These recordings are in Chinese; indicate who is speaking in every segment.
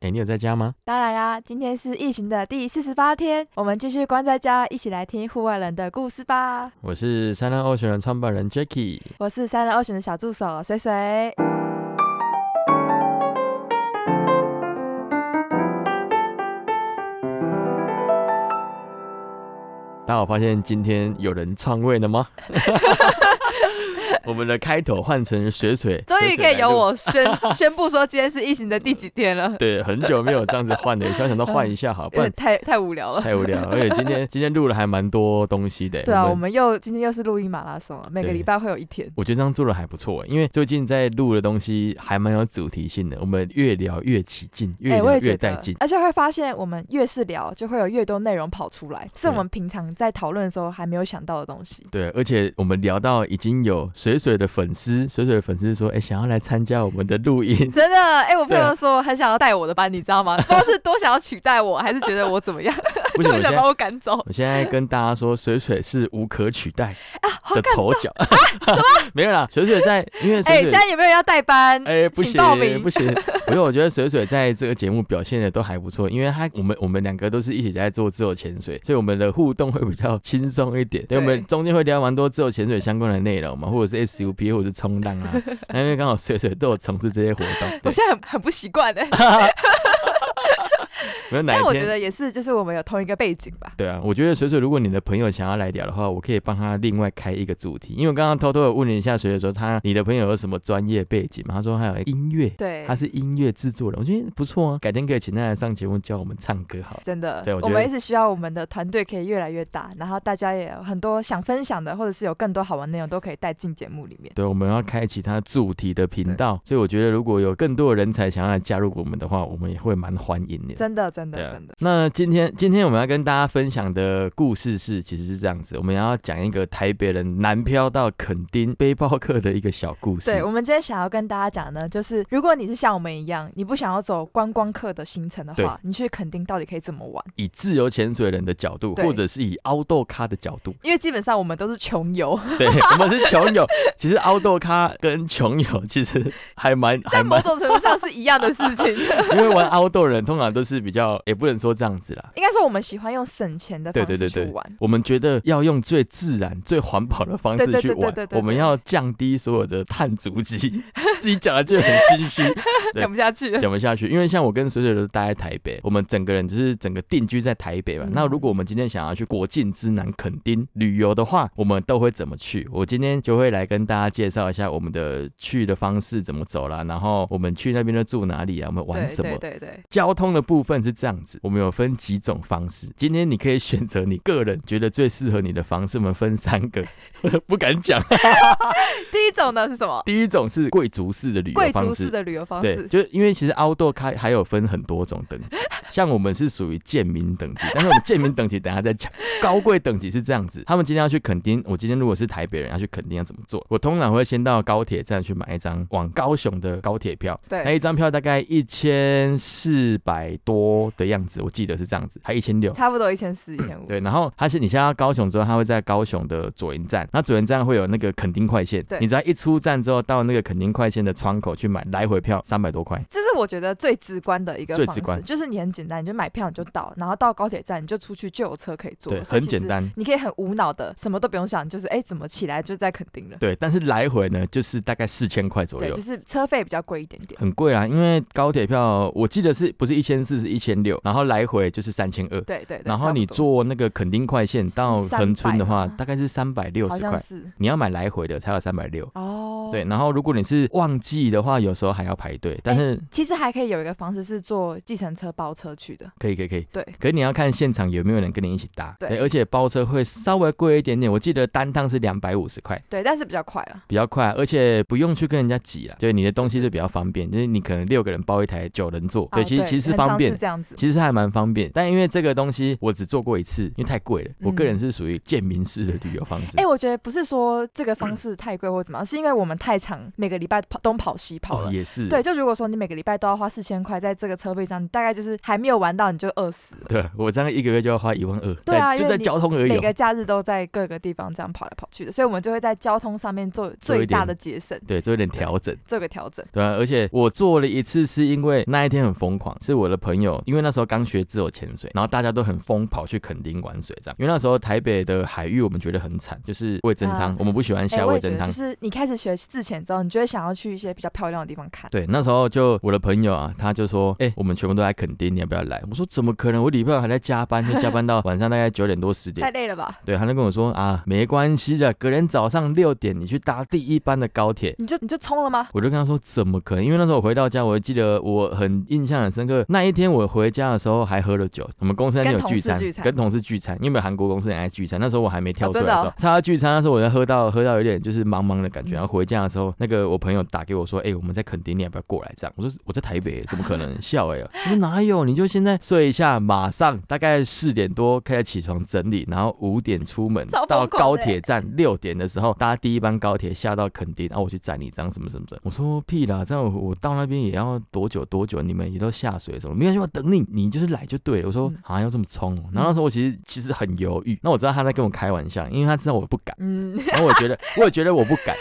Speaker 1: 哎，你有在家吗？
Speaker 2: 当然啦，今天是疫情的第四十八天，我们继续关在家，一起来听户外人的故事吧。
Speaker 1: 我是三浪二选人创办人 Jacky。
Speaker 2: 我是三人二选的小助手水水。
Speaker 1: 大家有发现今天有人篡位了 吗？ 我们的开头换成水水，
Speaker 2: 终于
Speaker 1: 水水
Speaker 2: 可
Speaker 1: 来
Speaker 2: 以由
Speaker 1: 录。
Speaker 2: 我宣 宣布说今天是疫情的第几天了，
Speaker 1: 对，很久没有这样子换了，突然想到换一下好，不
Speaker 2: 有
Speaker 1: 然
Speaker 2: 点太太无聊了。
Speaker 1: 太无聊了。而且今天今天录了还蛮多东西的。
Speaker 2: 对啊，我
Speaker 1: 们
Speaker 2: 们又今天又是录音马拉松了，每个
Speaker 1: 对
Speaker 2: 礼拜会有一天。
Speaker 1: 我觉得这样做的还不错，欸因为最近在录的东西还蛮有主题性的，我们越聊越起劲，越
Speaker 2: 哎我
Speaker 1: 聊
Speaker 2: 也
Speaker 1: 越
Speaker 2: 觉
Speaker 1: 带
Speaker 2: 得
Speaker 1: 劲，。
Speaker 2: 而且会发现我们越是聊，就会有越多内容跑出来，是我们平常在讨论的时候还没有想到的东西。，
Speaker 1: 对，而且我们聊到已经有水水的粉丝，水水的粉丝说，哎、想要来参加我们的录音
Speaker 2: 真的，哎、我朋
Speaker 1: 对啊
Speaker 2: 友说很想要带我的班，你知道吗？不知道是多想要取代我，还是觉得我怎么样，
Speaker 1: 为什
Speaker 2: 就
Speaker 1: 么
Speaker 2: 很
Speaker 1: 我
Speaker 2: 想
Speaker 1: 现
Speaker 2: 把
Speaker 1: 在
Speaker 2: 我赶走
Speaker 1: 我现在跟大家说，水水是无可取代
Speaker 2: 啊！好
Speaker 1: 的
Speaker 2: 感
Speaker 1: 丑角， 没有啦，水水在，因为
Speaker 2: 哎、
Speaker 1: 水
Speaker 2: 现
Speaker 1: 水，
Speaker 2: 在有没有人要带班？
Speaker 1: 哎、不
Speaker 2: 请
Speaker 1: 行
Speaker 2: 报名
Speaker 1: 不行，不是，我觉得水水在这个节目表现的都还不错，因为他我们我们两个都是一起在做自由潜水，所以我们的互动会比较轻松一点。对，
Speaker 2: 对
Speaker 1: 我们中间会聊蛮多自由潜水相关的内容嘛，或者是 SUP 或者是冲浪 啊，那因为刚好水水都有从事这些活动，
Speaker 2: 我
Speaker 1: 对，
Speaker 2: 现在很很不习惯哎，
Speaker 1: 没有哪
Speaker 2: 但我
Speaker 1: 一
Speaker 2: 觉
Speaker 1: 天。
Speaker 2: 得也是，就是我们有同一个背景吧。
Speaker 1: 对啊，我觉得水水，如果你的朋友想要来聊的话，我可以帮他另外开一个主题，因为我刚刚偷偷的问了一下水水说他你的朋友有什么专业背景嘛？他说还有音乐，
Speaker 2: 对
Speaker 1: 他，是音乐制作人，我觉得不错啊，改天可以请他来上节目教我们唱歌好了。
Speaker 2: 真的
Speaker 1: 对我，觉
Speaker 2: 我们
Speaker 1: 得
Speaker 2: 一直希望我们的团队可以越来越大，然后大家也有很多想分享的，或者是有更多好玩内容都可以带进节目里面。
Speaker 1: 对，我们要开启它主题的频道，所以我觉得如果有更多的人才想要来加入我们的话，我们也会蛮欢迎的。
Speaker 2: 真的，真
Speaker 1: 对
Speaker 2: 的，
Speaker 1: 啊
Speaker 2: 真的，
Speaker 1: 那今天今天我们要跟大家分享的故事是，其实是这样子，我们要讲一个台北人南漂到垦丁背包客的一个小故事。
Speaker 2: 对，我们今天想要跟大家讲呢，就是如果你是像我们一样，你不想要走观光客的行程的话，你去垦丁到底可以怎么玩？
Speaker 1: 以自由潜水人的角度，
Speaker 2: 对
Speaker 1: 或者是以凹豆咖的角度，
Speaker 2: 因为基本上我们都是穷 游，
Speaker 1: 对我们是穷游。其实凹豆咖跟穷游其实还蛮还
Speaker 2: 在某
Speaker 1: 蛮，
Speaker 2: 种程度上是一样的 事情。
Speaker 1: 因为玩凹豆人通常都是比较，也不能说这样子啦，
Speaker 2: 应该说我们喜欢用省钱的
Speaker 1: 对
Speaker 2: 方
Speaker 1: 对
Speaker 2: 式
Speaker 1: 对
Speaker 2: 去
Speaker 1: 对
Speaker 2: 玩。，
Speaker 1: 我们觉得要用最自然、最环保的方式
Speaker 2: 对对
Speaker 1: 去
Speaker 2: 对对
Speaker 1: 玩
Speaker 2: 对，对
Speaker 1: 我们
Speaker 2: 对
Speaker 1: 要降低所有的碳足迹。 自己讲的就很心虚，对
Speaker 2: 讲不下 去了。
Speaker 1: 讲不下去。因为像我跟水水都待在台北，我们整个人就是整个定居在台北嘛。
Speaker 2: 嗯
Speaker 1: 那如果我们今天想要去国境之南垦丁旅游的话，我们都会怎么去？我今天就会来跟大家介绍一下我们的去的方式怎么走啦，然后我们去那边都住哪里啊，我们玩
Speaker 2: 对
Speaker 1: 什么
Speaker 2: 对对对，
Speaker 1: 交通的部分是这样子，我们有分几种方式。今天你可以选择你个人觉得最适合你的方式，我们分三个， 我都不敢讲。
Speaker 2: 第一种呢是什么？
Speaker 1: 第一种是贵族式的旅游
Speaker 2: 贵
Speaker 1: 方
Speaker 2: 族式
Speaker 1: 式，
Speaker 2: 的旅游方
Speaker 1: 对，
Speaker 2: 式。
Speaker 1: 就是因为其实 outdoor 开还有分很多种等级，像我们是属于贱民等级，但是我们贱民等级等一下再讲。高贵等级是这样子，他们今天要去垦丁，我今天如果是台北人要去垦丁要怎么做？我通常会先到高铁站去买一张往高雄的高铁票，那
Speaker 2: 对，
Speaker 1: 一张票大概一千四百多的样子，我记得是这样子，还一千六。
Speaker 2: 差不多一千四、一千五。
Speaker 1: 对，然后它是你下到高雄之后，它会在高雄的左营站，那左营站会有那个垦丁快线，
Speaker 2: 对
Speaker 1: 你只要一出站之后到那个垦丁快线的窗口去买来回票，三百多块。
Speaker 2: 这是我觉得最直观的一个
Speaker 1: 最
Speaker 2: 方
Speaker 1: 直
Speaker 2: 式，
Speaker 1: 观
Speaker 2: 就是你很简单，你就买票你就到，然后到高铁站你就出去就有车可以坐，
Speaker 1: 对，
Speaker 2: 所
Speaker 1: 很
Speaker 2: 以其实
Speaker 1: 简单。
Speaker 2: 你可以很无脑的，什么都不用想，就是哎、怎么起来就在垦丁了。
Speaker 1: 对，但是来回呢，就是大概四千块左
Speaker 2: 对，
Speaker 1: 右
Speaker 2: 就。是车费比较贵一点点。
Speaker 1: 很贵啊，因为高铁票我记得是不是一千四是一千六，然后来回就是三千二，
Speaker 2: 对对对。
Speaker 1: 然后你
Speaker 2: 差不多
Speaker 1: 坐那个垦丁快线到
Speaker 2: 是
Speaker 1: 恒春的
Speaker 2: 300
Speaker 1: 话，
Speaker 2: 吗
Speaker 1: 大概是三百六
Speaker 2: 好
Speaker 1: 十
Speaker 2: 像
Speaker 1: 块，
Speaker 2: 是
Speaker 1: 你要买来回的才有三百六。
Speaker 2: 哦。
Speaker 1: 对，，然后如果你是旺季的话，有时候还要排队，但是
Speaker 2: 其实还可以有一个方式是坐计程车包车去的。
Speaker 1: 可以可以可以。
Speaker 2: 对，
Speaker 1: 可是你要看现场有没有人跟你一起搭，
Speaker 2: 对
Speaker 1: 而且包车会稍微贵一点点，我记得单趟是两百五十块，
Speaker 2: 对，但是比较快啊了。
Speaker 1: 比较快，而且不用去跟人家挤了，啊就是你的东西是比较方便，就是你可能六个人包一台九人座，对，
Speaker 2: 哦
Speaker 1: 其实其实是
Speaker 2: 很常
Speaker 1: 方便
Speaker 2: 是，这样子。
Speaker 1: 其实还蛮方便，但因为这个东西我只做过一次，因为太贵了，我个
Speaker 2: 嗯
Speaker 1: 人是属于贱民式的旅游方式
Speaker 2: 哎、。我觉得不是说这个方式太贵或怎么样，是因为我们太常每个礼拜跑东跑西跑
Speaker 1: 嗯哦，
Speaker 2: 了。
Speaker 1: 也是，
Speaker 2: 对，就如果说你每个礼拜都要花四千块在这个车费上，你大概就是还还没有玩到，你就饿死了。
Speaker 1: 对我这样一个月就要花一万二，
Speaker 2: 对啊
Speaker 1: 在就
Speaker 2: 因为
Speaker 1: 在
Speaker 2: 你
Speaker 1: 交通而已
Speaker 2: 每
Speaker 1: 哦、
Speaker 2: 个假日都在各个地方这样跑来跑去的，所以我们就会在交通上面做
Speaker 1: 做一
Speaker 2: 最
Speaker 1: 点
Speaker 2: 大的节省，
Speaker 1: 对，做一点调整。
Speaker 2: 做个调整。
Speaker 1: 对啊，而且我做了一次，是因为那一天很疯狂，是我的朋友，因为那时候刚学自由潜水，然后大家都很疯跑去垦丁玩水这样。因为那时候台北的海域我们觉得很惨，就是味增汤，
Speaker 2: 啊
Speaker 1: 我们不喜欢
Speaker 2: 哎、
Speaker 1: 下
Speaker 2: 我
Speaker 1: 味
Speaker 2: 也觉
Speaker 1: 增
Speaker 2: 得，
Speaker 1: 汤
Speaker 2: 就。是你开始学自潜之后，你就会想要去一些比较漂亮的地方看。
Speaker 1: 对，那时候就我的朋友啊，他就说，哎、我们全部都在垦丁，你要不要来？我说怎么可能？我礼拜五还在加班，就加班到晚上大概九点多十点
Speaker 2: 太。累了吧？
Speaker 1: 对，他就跟我说啊，没关系的，隔天早上六点你去搭第一班的高铁，
Speaker 2: 你就你就冲了吗？
Speaker 1: 我就跟他说怎么可能？因为那时候我回到家，我记得我很印象很深刻。那一天我回家的时候还喝了酒，我们公司那天有聚餐
Speaker 2: 跟同事聚，餐
Speaker 1: 跟同事聚餐，因为我们韩国公司很爱聚餐。那时候我还没跳出来的时
Speaker 2: 哦真
Speaker 1: 候
Speaker 2: 的，
Speaker 1: 参加聚餐的时候，我就喝到喝到有点就是茫茫的感觉。
Speaker 2: 嗯
Speaker 1: 然后回家的时候，那个我朋友打给我说：“哎、我们在垦丁，你要不要过来？”这样我说：“我在台北，怎么可能？”笑哎、我说哪有？你就现在睡一下，马上大概四点多开始起床整理，然后五点出门
Speaker 2: 超疯
Speaker 1: 到
Speaker 2: 狂的
Speaker 1: 高
Speaker 2: 欸
Speaker 1: 铁站六点的时候搭第一班高铁下到垦丁，然、啊后我去载你，这样什么什么什么。我说屁啦，这样我我到那边也要多久多久？你们也都下水什么？没关系，我等你，你就是来就对了。我说
Speaker 2: 嗯，
Speaker 1: 啊，要这么冲哦、然后那时候我其实其实很犹豫，那我知道他在跟我开玩笑，因为他知道我不敢
Speaker 2: 嗯，
Speaker 1: 然后我觉得我也觉得我不敢，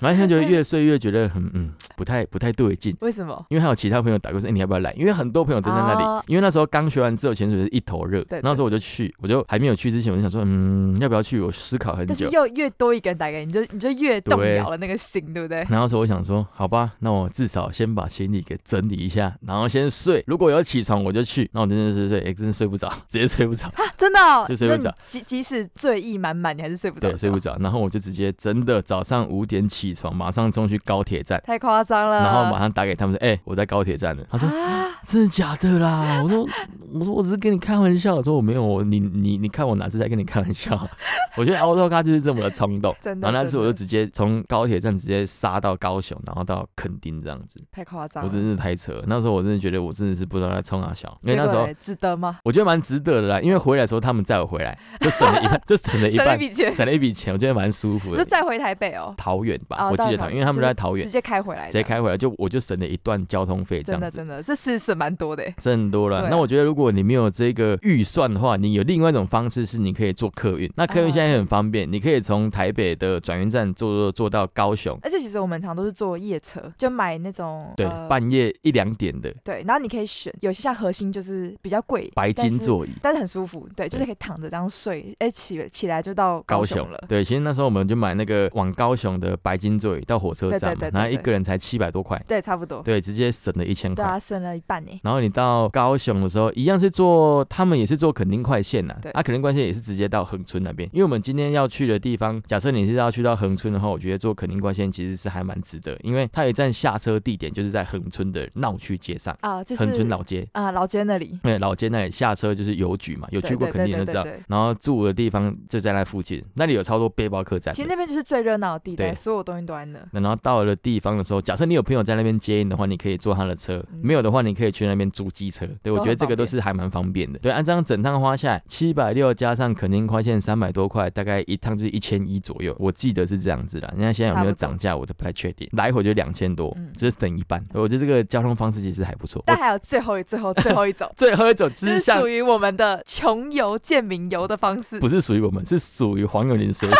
Speaker 1: 然后现在觉得越睡越觉得很嗯不太不太对劲。
Speaker 2: 为什么？
Speaker 1: 因为还有其他朋友打过说，哎、你要不要来？因为很多朋友都在那里。
Speaker 2: 啊
Speaker 1: 因为那时候刚学完自由潜水，就是一头热。
Speaker 2: 对对
Speaker 1: 那时候我就去，我就还没有去之前，我就想说，嗯，要不要去？我思考很
Speaker 2: 但是
Speaker 1: 久。
Speaker 2: 又越多一个人打给你，你就你就越动
Speaker 1: 嗯对
Speaker 2: 摇了那个心，对不对？
Speaker 1: 然后那时候我想说，好吧，那我至少先把行李给整理一下，然后先睡。如果有起床，我就去。那我真的是睡，哎、真的睡不着， 直接睡不着，
Speaker 2: 啊，真的、哦，
Speaker 1: 就睡不
Speaker 2: 那你
Speaker 1: 着
Speaker 2: 即即使醉意满满，你还是睡不着。
Speaker 1: 对，睡不着。然后我就直接真的早上五点起床，马上冲去高铁站，
Speaker 2: 太夸张了。
Speaker 1: 然后马上打给他们说，哎、我在高铁站了。他说，
Speaker 2: 呃啊，
Speaker 1: 真的假的啦？我 说，我说我只是跟你开玩笑，我说我没有，我你你你看我哪次在跟你开玩笑？ 我觉得奥特卡就是这么的冲动。
Speaker 2: 真的
Speaker 1: 然后那次
Speaker 2: 真
Speaker 1: 我
Speaker 2: 的
Speaker 1: 就直接从高铁站直接杀到高雄，然后到垦丁这样子，
Speaker 2: 太夸张
Speaker 1: 我
Speaker 2: 了。
Speaker 1: 真是太扯了。那时候我真的觉得我真的是不知道在冲哪小，因为那时
Speaker 2: 结果
Speaker 1: 候
Speaker 2: 嘞值得吗？
Speaker 1: 我觉得蛮值得的啦，因为回来的时候他们载我回来，就省了一 半，就省了一
Speaker 2: 省了
Speaker 1: 半，
Speaker 2: 一笔 钱，
Speaker 1: 省了一笔钱，我觉得蛮舒服
Speaker 2: 就
Speaker 1: 的。
Speaker 2: 再回台北哦，
Speaker 1: 桃园吧，
Speaker 2: 哦
Speaker 1: 我记得
Speaker 2: 到
Speaker 1: 桃
Speaker 2: 了
Speaker 1: 园，因为他们
Speaker 2: 就
Speaker 1: 都在
Speaker 2: 是
Speaker 1: 桃园
Speaker 2: 直，接开回来的，
Speaker 1: 直接开回来就我就省了一段交通费这
Speaker 2: 真
Speaker 1: 样
Speaker 2: 的
Speaker 1: 子。
Speaker 2: 真的，这次省蛮多的欸。
Speaker 1: 真多了。
Speaker 2: 对啊
Speaker 1: 那我觉得，如果你没有这个预算的话，你有另外一种方式是你可以做客运。那客运
Speaker 2: 啊
Speaker 1: 现在也很方便，你可以从台北的转运站坐坐坐到高雄，
Speaker 2: 而且其实我们常都是坐夜车，就买那种
Speaker 1: 对，
Speaker 2: 呃
Speaker 1: 半夜一两点的
Speaker 2: 对，然后你可以选，有些像核心就是比较贵，
Speaker 1: 白
Speaker 2: 但
Speaker 1: 金
Speaker 2: 是，
Speaker 1: 座椅。
Speaker 2: 但是很舒服，对，就是可以躺着这样睡，哎起起来就到
Speaker 1: 高
Speaker 2: 雄
Speaker 1: 雄
Speaker 2: 了，
Speaker 1: 对，其实那时候我们就买那个往高雄的白金座椅到火车站嘛，
Speaker 2: 对对对对
Speaker 1: 然后一个人才七百多块，
Speaker 2: 对，差不多，
Speaker 1: 对，直接省了一千
Speaker 2: 对
Speaker 1: 块。
Speaker 2: 啊，省了一半呢。
Speaker 1: 然后你到高雄的时候，一样是坐，他们也是坐垦丁快线呐、
Speaker 2: 对
Speaker 1: 啊，垦丁快线也是直接到恒春那边。因为我们今天要去的地方，假设你是要去到恒春的话，我觉得坐垦丁快线其实是还蛮值得，因为它有一站下车地点就是在恒春的闹区街上，
Speaker 2: 啊，就是
Speaker 1: 恒春老街。
Speaker 2: 啊老街那里，
Speaker 1: 对，老街那里下车就是邮局嘛，有去过
Speaker 2: 对
Speaker 1: 垦
Speaker 2: 对
Speaker 1: 丁
Speaker 2: 对
Speaker 1: 的知道
Speaker 2: 对对对。
Speaker 1: 然后住的地方就在那附近，那里有超多背包客栈的。
Speaker 2: 其实那边就是最热闹的地
Speaker 1: 对
Speaker 2: 带，所有东西都在那。
Speaker 1: 然后到了地方的时候，假设你有朋友在那边接应的话，你可以坐他的车；
Speaker 2: 嗯
Speaker 1: 没有的话，你可以去那边租机车。对，我
Speaker 2: 都
Speaker 1: 觉得
Speaker 2: 很
Speaker 1: 这个
Speaker 2: 方便
Speaker 1: 都是还蛮方便的。对，按这样整趟花下来，七百六加上肯定快线三百多块，大概一趟就是一千一左右，我记得是这样子啦。人家现在有没有
Speaker 2: 差不多
Speaker 1: 涨价，我都不太确定。来回就两千多
Speaker 2: 嗯，
Speaker 1: 只是等一半。我觉得这个交通方式其实还不错。，
Speaker 2: 但还有最后一、最后、最后一种
Speaker 1: 最后一种
Speaker 2: 就
Speaker 1: 之
Speaker 2: 是
Speaker 1: 向
Speaker 2: 属于我们的穷游、贱民游的方式。
Speaker 1: 不是属于我们，是属于黄永林 先生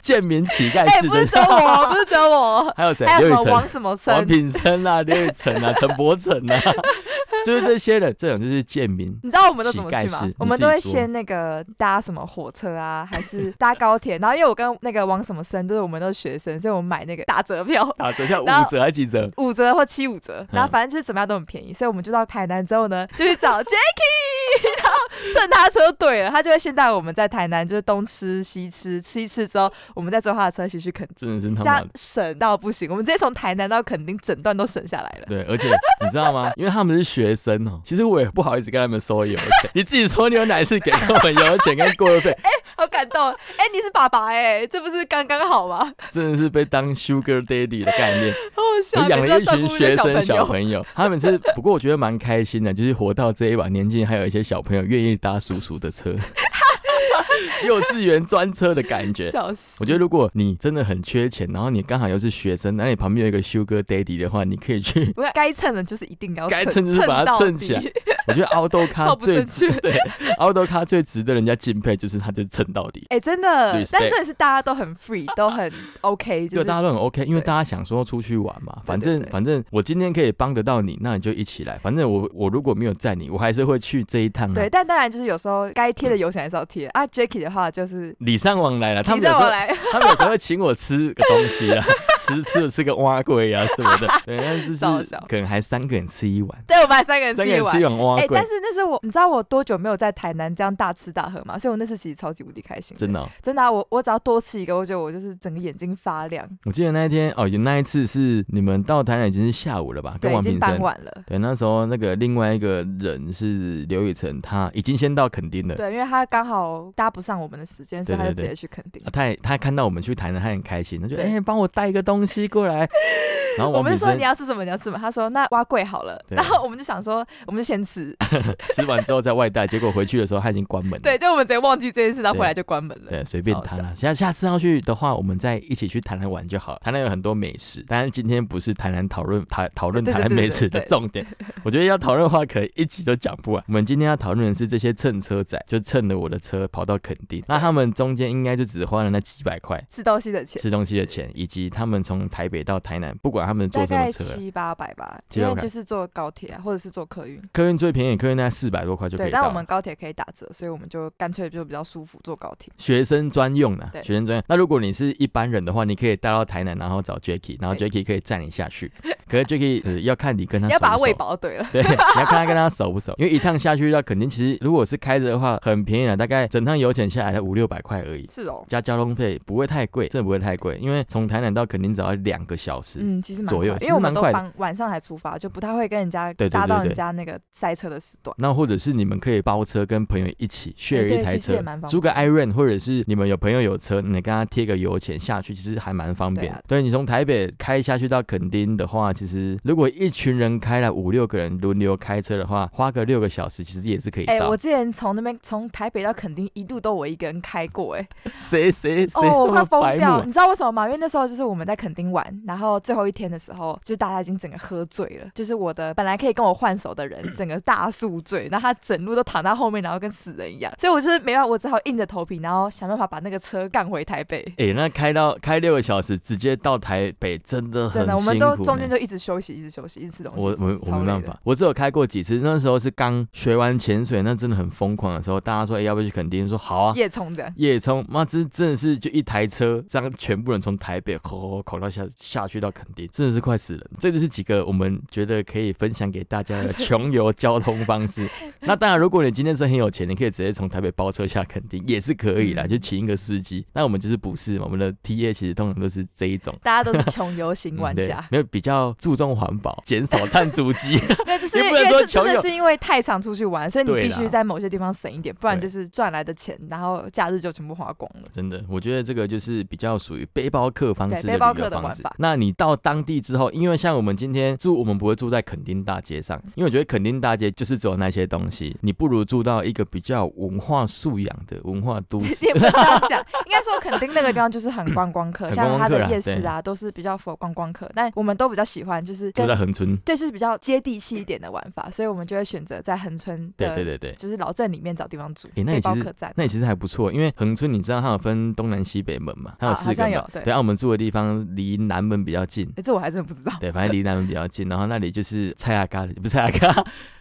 Speaker 1: 贱民乞丐
Speaker 2: 哎，
Speaker 1: 式
Speaker 2: 不是
Speaker 1: 的。
Speaker 2: 只有 我， 不是只有我，
Speaker 1: 还有谁？
Speaker 2: 还有
Speaker 1: 刘
Speaker 2: 什
Speaker 1: 雨
Speaker 2: 么
Speaker 1: 辰
Speaker 2: 王什么
Speaker 1: 王
Speaker 2: 生？
Speaker 1: 品生啊、刘雨辰 啊、陈柏成啊，就是这些人，这种就是贱民。
Speaker 2: 你知道我们都怎么去
Speaker 1: 乞丐
Speaker 2: 吗
Speaker 1: 式？
Speaker 2: 我们都
Speaker 1: 你
Speaker 2: 会
Speaker 1: 自己说
Speaker 2: 先那个搭什么火车啊，还是搭高铁？然后因为我跟那个王什么生，就是我们都是学生，所以我们买那个打折票，
Speaker 1: 打折啊票五
Speaker 2: 然后
Speaker 1: 折还几折？
Speaker 2: 五折或七五折，然后
Speaker 1: 嗯
Speaker 2: 反正就是怎么样都很便宜，所以我们就到台南之后呢，就去找 Jacky，然后 趁他车队了，他就会先带我们在台南就是东吃西吃，吃一吃之后，我们再坐他的车一起去垦丁，
Speaker 1: 真的是他
Speaker 2: 这
Speaker 1: 妈
Speaker 2: 样
Speaker 1: 的。
Speaker 2: 省到不行，我们直接从台南到垦丁整段都省下来了。
Speaker 1: 对，而且你知道吗？因为他们是学生哦，其实我也不好意思跟他们收油 钱。你自己说你有哪一次给他们油钱跟过路费，
Speaker 2: 好感动！哎、你是爸爸哎、这不是刚刚好吗？
Speaker 1: 真的是被当 Sugar Daddy 的概念。
Speaker 2: 好好笑
Speaker 1: 我，养
Speaker 2: 每
Speaker 1: 了
Speaker 2: 次
Speaker 1: 一
Speaker 2: 都照
Speaker 1: 群
Speaker 2: 顾那
Speaker 1: 学生小
Speaker 2: 友。
Speaker 1: 朋友，他们是不过我觉得蛮开心的，就是活到这一把年纪，还有一些小朋友愿意搭叔叔的 车， 幼稚园专车的感觉。
Speaker 2: 笑死！
Speaker 1: 我觉得如果你真的很缺钱，然后你刚好又是学生，那你 旁边有一个 Sugar Daddy 的话，你可以去
Speaker 2: 不要该蹭的，就是一定要
Speaker 1: 该蹭就是把它蹭
Speaker 2: 蹭到
Speaker 1: 起来
Speaker 2: 底
Speaker 1: 我觉得凹豆咖
Speaker 2: 超不
Speaker 1: 最
Speaker 2: 正确。
Speaker 1: 对 凹豆咖最值得人家敬佩，就是他就撑到底。
Speaker 2: 哎、真的，
Speaker 1: Respect
Speaker 2: 但真的是大家都很 free，都很 OK，就
Speaker 1: 对，
Speaker 2: 是
Speaker 1: 大家都很 OK，因为
Speaker 2: 对
Speaker 1: 大家想说出去玩嘛，反
Speaker 2: 对
Speaker 1: 正反正我今天可以帮得到你，那你就一起来。反正我我如果没有载你，我还是会去这一趟、啊。
Speaker 2: 对。，但当然就是有时候该贴的油钱还是要贴啊。Jacky 的话就是
Speaker 1: 礼尚往来了，他
Speaker 2: 你
Speaker 1: 们有时
Speaker 2: 让我
Speaker 1: 候
Speaker 2: 来，
Speaker 1: 他们有时候会请我吃个东西啊， 吃吃吃个蛙龟啊什么的，对，但就
Speaker 2: 笑
Speaker 1: 是
Speaker 2: 笑
Speaker 1: 可能还三个人吃一碗，
Speaker 2: 对我们还三个人
Speaker 1: 三
Speaker 2: 自
Speaker 1: 个
Speaker 2: 己
Speaker 1: 人
Speaker 2: 玩
Speaker 1: 吃一。碗蛙
Speaker 2: 哎、
Speaker 1: 龟
Speaker 2: 但，是那是我，你知道我多久没有在台南这样大吃大喝吗？所以我那次其实超级无敌开心，
Speaker 1: 真的哦、
Speaker 2: 真的啊、我我只要多吃一个，我觉得我就是整个眼睛发亮。
Speaker 1: 我记得那一天哦，有那一次是你们到台南已经是下午了吧，跟
Speaker 2: 对，已
Speaker 1: 王
Speaker 2: 经
Speaker 1: 品
Speaker 2: 傍
Speaker 1: 生。
Speaker 2: 晚了。
Speaker 1: 对，那时候那个另外一个人是刘雨辰，他已经先到垦丁了。
Speaker 2: 对，因为他刚好搭不上我们的时间，所以他
Speaker 1: 对
Speaker 2: 就
Speaker 1: 对
Speaker 2: 直
Speaker 1: 对
Speaker 2: 接去垦丁
Speaker 1: 啊、。他也他看到我们去台南，他很开心，他就
Speaker 2: 对
Speaker 1: 哎帮、我带一个东西过来，然后
Speaker 2: 我
Speaker 1: 王
Speaker 2: 们
Speaker 1: 炳
Speaker 2: 就说
Speaker 1: 生
Speaker 2: 你要吃什么，你要吃什么。他说那蛙贵好了，
Speaker 1: 对
Speaker 2: 然后我们就想说，我们就先吃。
Speaker 1: 吃完之后再外带，结果回去的时候他已经关门了。
Speaker 2: 对，就我们直接忘记这件事，然后回来就关门了。
Speaker 1: 对，随便
Speaker 2: 超
Speaker 1: 他
Speaker 2: 笑
Speaker 1: 啦。下下次要去的话，我们再一起去台南玩就好了。台南有很多美食，当然今天不是台南讨论台讨 论
Speaker 2: 对对
Speaker 1: 台南
Speaker 2: 对对
Speaker 1: 美食的
Speaker 2: 对
Speaker 1: 重点。 我觉得要讨论的话，可能一集都讲不完。我们今天要讨论的是这些蹭车仔，就蹭了我的车跑到垦丁，那他们中间应该就只花了那几百块。
Speaker 2: 吃东西的钱
Speaker 1: 吃东西的钱，以及他们从台北到台南，不管他们坐
Speaker 2: 大
Speaker 1: 什么
Speaker 2: 概
Speaker 1: 车啊，
Speaker 2: 七八百吧，
Speaker 1: 七
Speaker 2: 因
Speaker 1: 八
Speaker 2: 为
Speaker 1: 百
Speaker 2: 就是坐高铁啊，或者是坐客运。
Speaker 1: 客运最便宜，客运大概四百多块就可
Speaker 2: 对，
Speaker 1: 以到
Speaker 2: 但我
Speaker 1: 了。
Speaker 2: 们高铁可以打折，所以我们就干脆就比较舒服坐高铁。
Speaker 1: 学生专用的、
Speaker 2: 对
Speaker 1: 学生专用。那如果你是一般人的话，你可以带到台南，然后找 Jacky，然后
Speaker 2: 对
Speaker 1: Jacky 可以载你下去。 可是 Jacky、呃、 要看你跟他
Speaker 2: 你
Speaker 1: 熟
Speaker 2: 要
Speaker 1: 不
Speaker 2: 把它
Speaker 1: 熟，
Speaker 2: 喂饱，对了。
Speaker 1: 对，你 要看他跟他熟不熟。因为一趟下去到肯定，其实如果是开着的话，很便宜啊了，大概整趟油钱下来才五六百块而已。
Speaker 2: 是哦，
Speaker 1: 加交通费不会太贵，真的不会太贵，因为从台南到肯定只要两个小时。
Speaker 2: 嗯，其实蛮
Speaker 1: 左
Speaker 2: 快
Speaker 1: 右
Speaker 2: 的
Speaker 1: 其
Speaker 2: 因
Speaker 1: 实
Speaker 2: 为我们
Speaker 1: 蛮
Speaker 2: 都
Speaker 1: 快的
Speaker 2: 傍晚上才出发，就不太会跟人家
Speaker 1: 对对
Speaker 2: 搭
Speaker 1: 对
Speaker 2: 到
Speaker 1: 对
Speaker 2: 人家那个塞车的时段。
Speaker 1: 那或者是你们可以包车跟朋友一起 share
Speaker 2: 哎对
Speaker 1: 一台
Speaker 2: 其实也
Speaker 1: 车
Speaker 2: 蛮方，便
Speaker 1: 租个 Iron，或者是你们有朋友有车，你跟他贴个油钱下去，其实还蛮方便
Speaker 2: 对
Speaker 1: 的。
Speaker 2: 啊
Speaker 1: 对你从台北开下去到垦丁的话，其实如果一群人开了五六个人轮流开车的话，花个六个小时其实也是可以
Speaker 2: 哎、
Speaker 1: 到
Speaker 2: 我。之前从那边从台北到垦丁一路都我一个人开过、哎，
Speaker 1: 谁谁谁
Speaker 2: 哦，我
Speaker 1: 这
Speaker 2: 快
Speaker 1: 么
Speaker 2: 疯
Speaker 1: 白目
Speaker 2: 掉！
Speaker 1: 啊？
Speaker 2: 你知道为什么吗？因为那时候就是我们在垦丁玩，然后最后一天的时候，就是大家已经整个喝醉了，就是我的本来可以跟我换手的人，整个大宿醉，然后他整路都躺在后面，然后跟死人一样，所以我就是没办法，我只好硬着头皮，然后想办法把那个车干回台北。
Speaker 1: 哎、那开到开六个小时，直接到台北真的很
Speaker 2: 真的，我们
Speaker 1: 辛
Speaker 2: 都
Speaker 1: 苦
Speaker 2: 中
Speaker 1: 呢
Speaker 2: 间就一直休息，一直休息，一直吃东西。
Speaker 1: 我
Speaker 2: 一直
Speaker 1: 我
Speaker 2: 吃
Speaker 1: 我没办。
Speaker 2: 超累的
Speaker 1: 法，我只有开过几次，那时候是刚学完潜水，那真的很疯狂的时候，大家说哎、要不要去垦丁，说好啊，
Speaker 2: 夜冲的，
Speaker 1: 夜冲，妈，这真的是就一台车，这样全部人从台北吼吼吼口到下下去到垦丁，真的是快死人。这就是几个我们觉得可以分享给大家的穷游交通方 式。那当然，如果你今天是很有钱，你可以直接从台北包车下垦丁，也是可以啦，
Speaker 2: 嗯
Speaker 1: 就请一个司机。那我们就是不是嘛，我们的 T A 其实通常都是这一种。
Speaker 2: 大家都是穷游型
Speaker 1: 嗯
Speaker 2: 玩
Speaker 1: 对
Speaker 2: 家，
Speaker 1: 没有比较注重环保，减少碳足迹。
Speaker 2: 那就是
Speaker 1: 也
Speaker 2: 因
Speaker 1: 不
Speaker 2: 为
Speaker 1: 能
Speaker 2: 因为
Speaker 1: 说
Speaker 2: 这真
Speaker 1: 穷游
Speaker 2: 的是因为太常出去玩，所以你
Speaker 1: 对
Speaker 2: 必
Speaker 1: 啦
Speaker 2: 须在某些地方省一点，不然
Speaker 1: 对
Speaker 2: 就是赚来的钱，然后假日就全部花光了。
Speaker 1: 真的，我觉得这个就是比较属于背包客方式
Speaker 2: 对
Speaker 1: 的
Speaker 2: 背包
Speaker 1: 旅游
Speaker 2: 客的
Speaker 1: 方
Speaker 2: 玩
Speaker 1: 式
Speaker 2: 法。
Speaker 1: 那你到当地之后，因为像我们今天住，我们不会住在垦丁大街上，因为我觉得垦丁大街就是只有那些东西，你不如住到一个比较有文化素养的文化都 市。
Speaker 2: 也不是这样讲，应该说肯定那个地方就是很观光客，
Speaker 1: 很观
Speaker 2: 像
Speaker 1: 光
Speaker 2: 它
Speaker 1: 客
Speaker 2: 的
Speaker 1: 啦
Speaker 2: 夜市啊，都是比较佛观光客，但我们都比较喜欢就是
Speaker 1: 住
Speaker 2: 跟
Speaker 1: 在恒春，
Speaker 2: 对是比较接地气一点的玩法，所以我们就会选择在恒春
Speaker 1: 对对
Speaker 2: 的，
Speaker 1: 对对。
Speaker 2: 就是老镇里面找地方住，
Speaker 1: 诶那你
Speaker 2: 背包
Speaker 1: 其实
Speaker 2: 客栈。
Speaker 1: 那其实还不错，因为恒春你知道它有分东南西北门嘛，它有
Speaker 2: 啊
Speaker 1: 四
Speaker 2: 好
Speaker 1: 个
Speaker 2: 像
Speaker 1: 门。
Speaker 2: 有对
Speaker 1: 对，啊，我们住的地方离南门比较近，
Speaker 2: 诶这我还真不知 道。
Speaker 1: 对，反正离南门比较近，然后那里就是蔡阿嘎的，不是蔡阿嘎，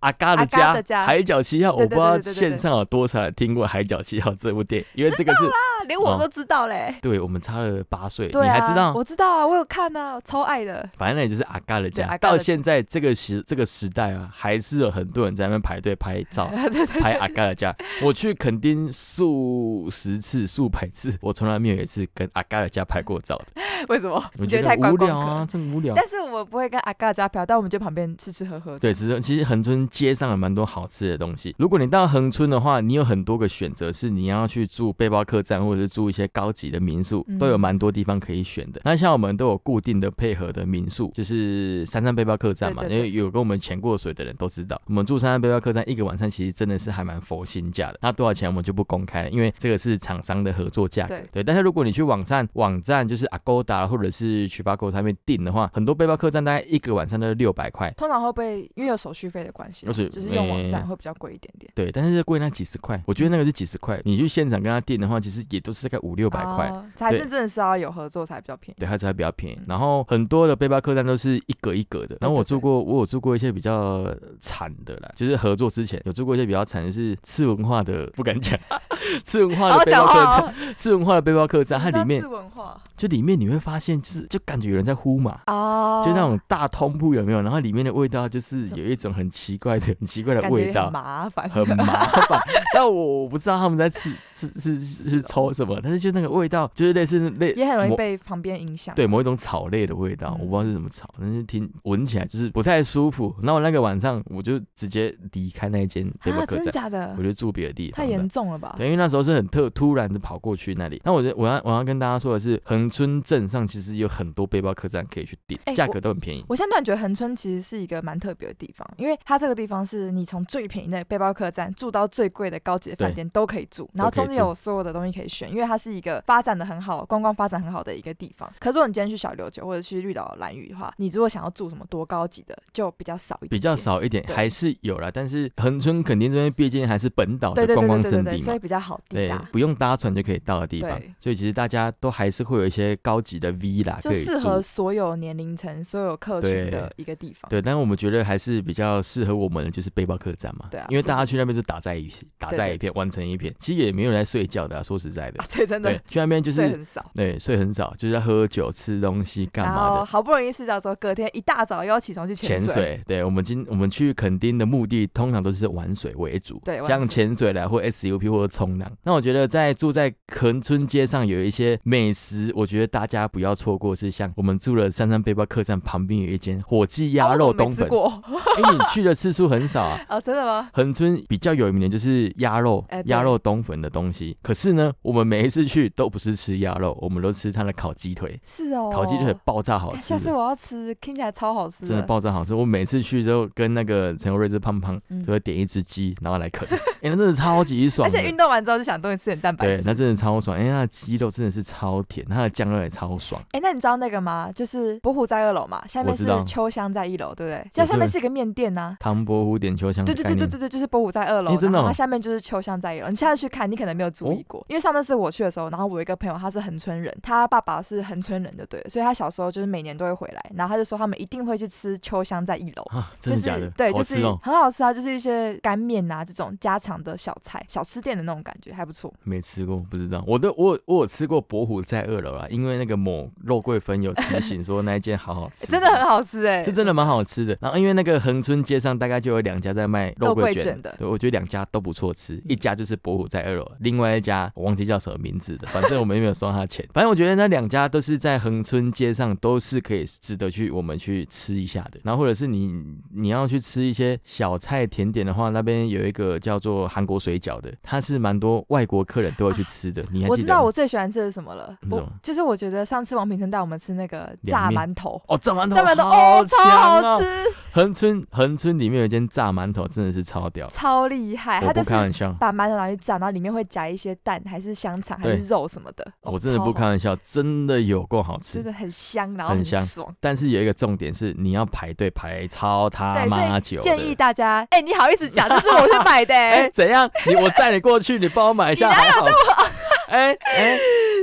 Speaker 1: 阿嘎的
Speaker 2: 阿嘎
Speaker 1: 家，
Speaker 2: 的家
Speaker 1: 海角七号。我
Speaker 2: 对
Speaker 1: 不知
Speaker 2: 对
Speaker 1: 道
Speaker 2: 对对对
Speaker 1: 线上有多少人听过《海角七号》这部电影，因为这个是
Speaker 2: 啊，连我都知道嘞。
Speaker 1: 对我们差了八岁，
Speaker 2: 对
Speaker 1: 你
Speaker 2: 啊，
Speaker 1: 还知道？
Speaker 2: 我知道啊，我有看啊，我超爱的。
Speaker 1: 反正那里就是阿嘎的
Speaker 2: 对
Speaker 1: 家，
Speaker 2: 阿嘎
Speaker 1: 到
Speaker 2: 的家，
Speaker 1: 现在这个时这个时代啊，还是有很多人在那边排队拍照
Speaker 2: 对 对对，
Speaker 1: 拍阿嘎的家。我去垦丁数十次、数百次，我从来没有一次跟阿嘎的家拍过照的，
Speaker 2: 为什么？
Speaker 1: 我
Speaker 2: 你觉得
Speaker 1: 得
Speaker 2: 太观
Speaker 1: 无
Speaker 2: 光
Speaker 1: 聊
Speaker 2: 客
Speaker 1: 啊，
Speaker 2: 了？
Speaker 1: 真无聊。
Speaker 2: 但是我不会跟阿嘎加票，但我们就旁边吃吃喝喝。
Speaker 1: 对，其实其实恒春街上有蛮多好吃的东西。如果你到恒春的话，你有很多个选择，是你要去住背包客栈，或者是住一些高级的民宿
Speaker 2: 嗯，
Speaker 1: 都有蛮多地方可以选的。那像我们都有固定的配合的民宿，就是三山背包客栈嘛，
Speaker 2: 对对对
Speaker 1: 因为有跟我们潜过水的人都知道，我们住三山背包客栈一个晚上其实真的是还蛮佛心价的。那多少钱我们就不公开了，因为这个是厂商的合作价格
Speaker 2: 对。
Speaker 1: 对，但是如果你去网站网站就是 Agoda 或者是 t r i p a g o 上面订的话，很多背包客栈大概一个晚上都是六百块。
Speaker 2: 通常会被因为有手续费的关系，啊
Speaker 1: 就嗯
Speaker 2: 就是是用网
Speaker 1: 诶
Speaker 2: 站会比较贵一点点，
Speaker 1: 对，但是贵那几十块，我觉得那个是几十块。你去现场跟他订的话，其实也都是大概五六百块。
Speaker 2: 哦，才是
Speaker 1: 对
Speaker 2: 真的是要有合作才比较便宜。
Speaker 1: 对，它才比较便宜
Speaker 2: 嗯。
Speaker 1: 然后很多的背包客栈都是一格一格的。然后我
Speaker 2: 对对
Speaker 1: 住过，我有住过一些比较惨的啦，就是合作之前有住过一些比较惨，就是次文化的，不敢讲， 次文化的
Speaker 2: 好好
Speaker 1: 背
Speaker 2: 讲
Speaker 1: 包客
Speaker 2: 话
Speaker 1: 栈，
Speaker 2: 哦，
Speaker 1: 次文化的背包客栈，它
Speaker 2: 什么叫
Speaker 1: 里面
Speaker 2: 次文化
Speaker 1: 就里面你会发现，就是就感觉有人在呼嘛。
Speaker 2: 哦，
Speaker 1: 就那种大通铺有没有？然后里面的味道就是有一种很奇怪的、很奇怪的
Speaker 2: 感
Speaker 1: 味
Speaker 2: 觉
Speaker 1: 道
Speaker 2: 很，麻烦，
Speaker 1: 很麻烦。 但我我不知道他们在吃吃是是是抽什么，但是就那个味道，就是类似类
Speaker 2: 也很容易
Speaker 1: 某
Speaker 2: 被旁边影响。
Speaker 1: 对某一种草类的味道，
Speaker 2: 嗯
Speaker 1: 我不知道是什么草，但是听闻起来就是不太舒服。那我那个晚上我就直接离开那间背包
Speaker 2: 啊，
Speaker 1: 客
Speaker 2: 真的
Speaker 1: 栈，
Speaker 2: 假的
Speaker 1: 我？就住别的地
Speaker 2: 太
Speaker 1: 方了
Speaker 2: 严。重了吧？
Speaker 1: 对，因为那时候是很特突然的跑过去那里。那我就我要我要跟大家说的是，恒春镇上其实有很多背包客栈可以去订
Speaker 2: 哎，
Speaker 1: 价
Speaker 2: 我
Speaker 1: 格都很便宜。
Speaker 2: 我现在突然觉得恒春其实是一个蛮特别的地方，因为它这个地方是你从最便宜的背包客栈住到最贵的高级的饭店都可以住，然后中间有所有的东西可以选，因为它是一个发展的很好、观光发展很好的一个地方。可是如果你今天去小琉球或者去绿岛、蓝屿的话，你如果想要住什么多高级的，就比较少一点
Speaker 1: 比较。少一点，
Speaker 2: 对
Speaker 1: 还是有啦，但是恒春肯定这边毕竟还是本岛
Speaker 2: 对
Speaker 1: 的
Speaker 2: 对对
Speaker 1: 观光
Speaker 2: 对对
Speaker 1: 胜
Speaker 2: 对
Speaker 1: 地
Speaker 2: 对，
Speaker 1: 嘛
Speaker 2: 所以，比较好抵
Speaker 1: 对
Speaker 2: 达，，
Speaker 1: 不用搭船就可以到的地方
Speaker 2: 对，
Speaker 1: 所以其实大家都还是会有一些高级的 villa
Speaker 2: 就
Speaker 1: 可以
Speaker 2: 适合
Speaker 1: 住。
Speaker 2: 所有年龄层、所有客群的一个地方。
Speaker 1: 对，但是我们觉得还是比较适合我们的就是背包客栈嘛，
Speaker 2: 对啊
Speaker 1: 因为
Speaker 2: 就是
Speaker 1: 大家去那边就打在一起，打
Speaker 2: 对
Speaker 1: 在
Speaker 2: 对
Speaker 1: 一片，完成一片，其实也没有人在睡觉的啊、说实在的
Speaker 2: 啊，，对， 真的
Speaker 1: 对，去那边就
Speaker 2: 睡
Speaker 1: 是
Speaker 2: 很少。
Speaker 1: 对睡很少，就是在喝酒、吃东西、干
Speaker 2: 然
Speaker 1: 嘛
Speaker 2: 后
Speaker 1: 的。
Speaker 2: 好不容易睡觉之后，隔天一大早又要起床去
Speaker 1: 潜
Speaker 2: 水。
Speaker 1: 水，对我们今我们去垦丁的目的通常都是玩水为主，
Speaker 2: 对玩
Speaker 1: 像
Speaker 2: 水
Speaker 1: 潜水啦或 SUP 或者冲浪。那我觉得在住在恒春街上有一些美食，我觉得大家不要错过，是像我们住了三山背包客栈旁边有一间火鸡
Speaker 2: 啊
Speaker 1: 鸭
Speaker 2: 我
Speaker 1: 肉
Speaker 2: 怎么
Speaker 1: 冬
Speaker 2: 没吃
Speaker 1: 粉，
Speaker 2: 过
Speaker 1: 哎、你去的次数很少啊。
Speaker 2: 啊，真的吗？
Speaker 1: 恒春比较有名的就是鸭肉
Speaker 2: 哎，对
Speaker 1: 鸭肉冬粉的东西。可是呢，我们每一次去都不是吃鸭肉，我们都吃它的烤鸡腿，
Speaker 2: 是哦，
Speaker 1: 烤鸡腿爆炸好
Speaker 2: 哎
Speaker 1: 吃。
Speaker 2: 下次我要吃，听起来超好吃
Speaker 1: 真的爆炸好吃。我每次去之后跟那个陈友瑞之胖胖
Speaker 2: 嗯
Speaker 1: 就会点一只鸡，然后来啃，哎、 那真的超级爽
Speaker 2: 而
Speaker 1: 的。
Speaker 2: 且运动完之后就想多吃点蛋白
Speaker 1: 对，
Speaker 2: 质。
Speaker 1: 那真的超爽，因为它的鸡肉真的是超甜，它的酱料也超爽。
Speaker 2: 哎、那你知道那个吗？就是博虎在二楼嘛，下面
Speaker 1: 我知
Speaker 2: 是
Speaker 1: 道
Speaker 2: 秋香在一楼，对不对？就
Speaker 1: 我嗯
Speaker 2: 下面
Speaker 1: 是
Speaker 2: 是一个面店呐、
Speaker 1: 唐伯虎点秋香的
Speaker 2: 对对
Speaker 1: 概
Speaker 2: 对
Speaker 1: 念，
Speaker 2: 对对对，就是博虎在二楼，
Speaker 1: 哎真的
Speaker 2: 然后它
Speaker 1: 哦
Speaker 2: 下面就是秋香在一楼。你下次去看，你可能没有注意过，因为上次是我去的时候，然后我有一个朋友他是恒春人，他爸爸是恒春人，就对了，所以他小时候就是每年都会回来，然后他就说他们一定会去吃秋香在一楼。
Speaker 1: 啊，真的
Speaker 2: 就是
Speaker 1: 假的？
Speaker 2: 对，
Speaker 1: 好
Speaker 2: 就
Speaker 1: 吃
Speaker 2: 是
Speaker 1: 哦，
Speaker 2: 很好吃啊，就是一些干面啊这种家常的小菜、小吃店的那种感觉，还不错。
Speaker 1: 没吃过，不知道。我都我有我有吃过伯虎在二楼啦，因为那个某肉桂粉有提醒说那一间好好吃，
Speaker 2: 真的很好吃哎、
Speaker 1: 是真的蛮好吃的。然后因为那个恒春街上大概就有两家在卖肉桂
Speaker 2: 肉桂卷的
Speaker 1: 对我觉得两家都不错吃，
Speaker 2: 嗯
Speaker 1: 一家就是博虎在二楼，另外一家我忘记叫什么名字的，反正我们也没有收他钱。反正我觉得那两家都是在恒春街上，都是可以值得去我们去吃一下的。然后或者是你你要去吃一些小菜甜点的话，那边有一个叫做韩国水饺的，它是蛮多外国客人都会去吃的。你还
Speaker 2: 我
Speaker 1: 记
Speaker 2: 知
Speaker 1: 得
Speaker 2: 道
Speaker 1: 吗
Speaker 2: 我？最喜欢吃的是什么了，
Speaker 1: 你
Speaker 2: 我
Speaker 1: 怎么
Speaker 2: 就是我觉得上次王品生带我们吃那个炸
Speaker 1: 凉面
Speaker 2: 馒头，
Speaker 1: 哦，炸馒头，
Speaker 2: 炸馒头
Speaker 1: 好
Speaker 2: 哦，超
Speaker 1: 强
Speaker 2: 好
Speaker 1: 哦！
Speaker 2: 吃，
Speaker 1: 恒春恒春里面有一间炸馒头，真的是超屌，
Speaker 2: 超厉害。
Speaker 1: 我
Speaker 2: 哎它就
Speaker 1: 不
Speaker 2: 是
Speaker 1: 开玩笑。
Speaker 2: 把馒头拿去炸，然后里面会夹一些蛋，还是香肠，还
Speaker 1: 对
Speaker 2: 是肉什么的。哦
Speaker 1: 我真的不，
Speaker 2: 超
Speaker 1: 开
Speaker 2: 好
Speaker 1: 玩笑，真的有够好吃
Speaker 2: 真。的很香，然后
Speaker 1: 很
Speaker 2: 很
Speaker 1: 香
Speaker 2: 爽。
Speaker 1: 但是有一个重点是，你要排队排超他
Speaker 2: 对所以
Speaker 1: 妈久的。
Speaker 2: 建议大家，哎，你好意思讲，这是 我去买的
Speaker 1: 哎、
Speaker 2: 欸，
Speaker 1: 怎样？你我载你过去，你帮我买一 下
Speaker 2: 啊
Speaker 1: 还好。哎哎，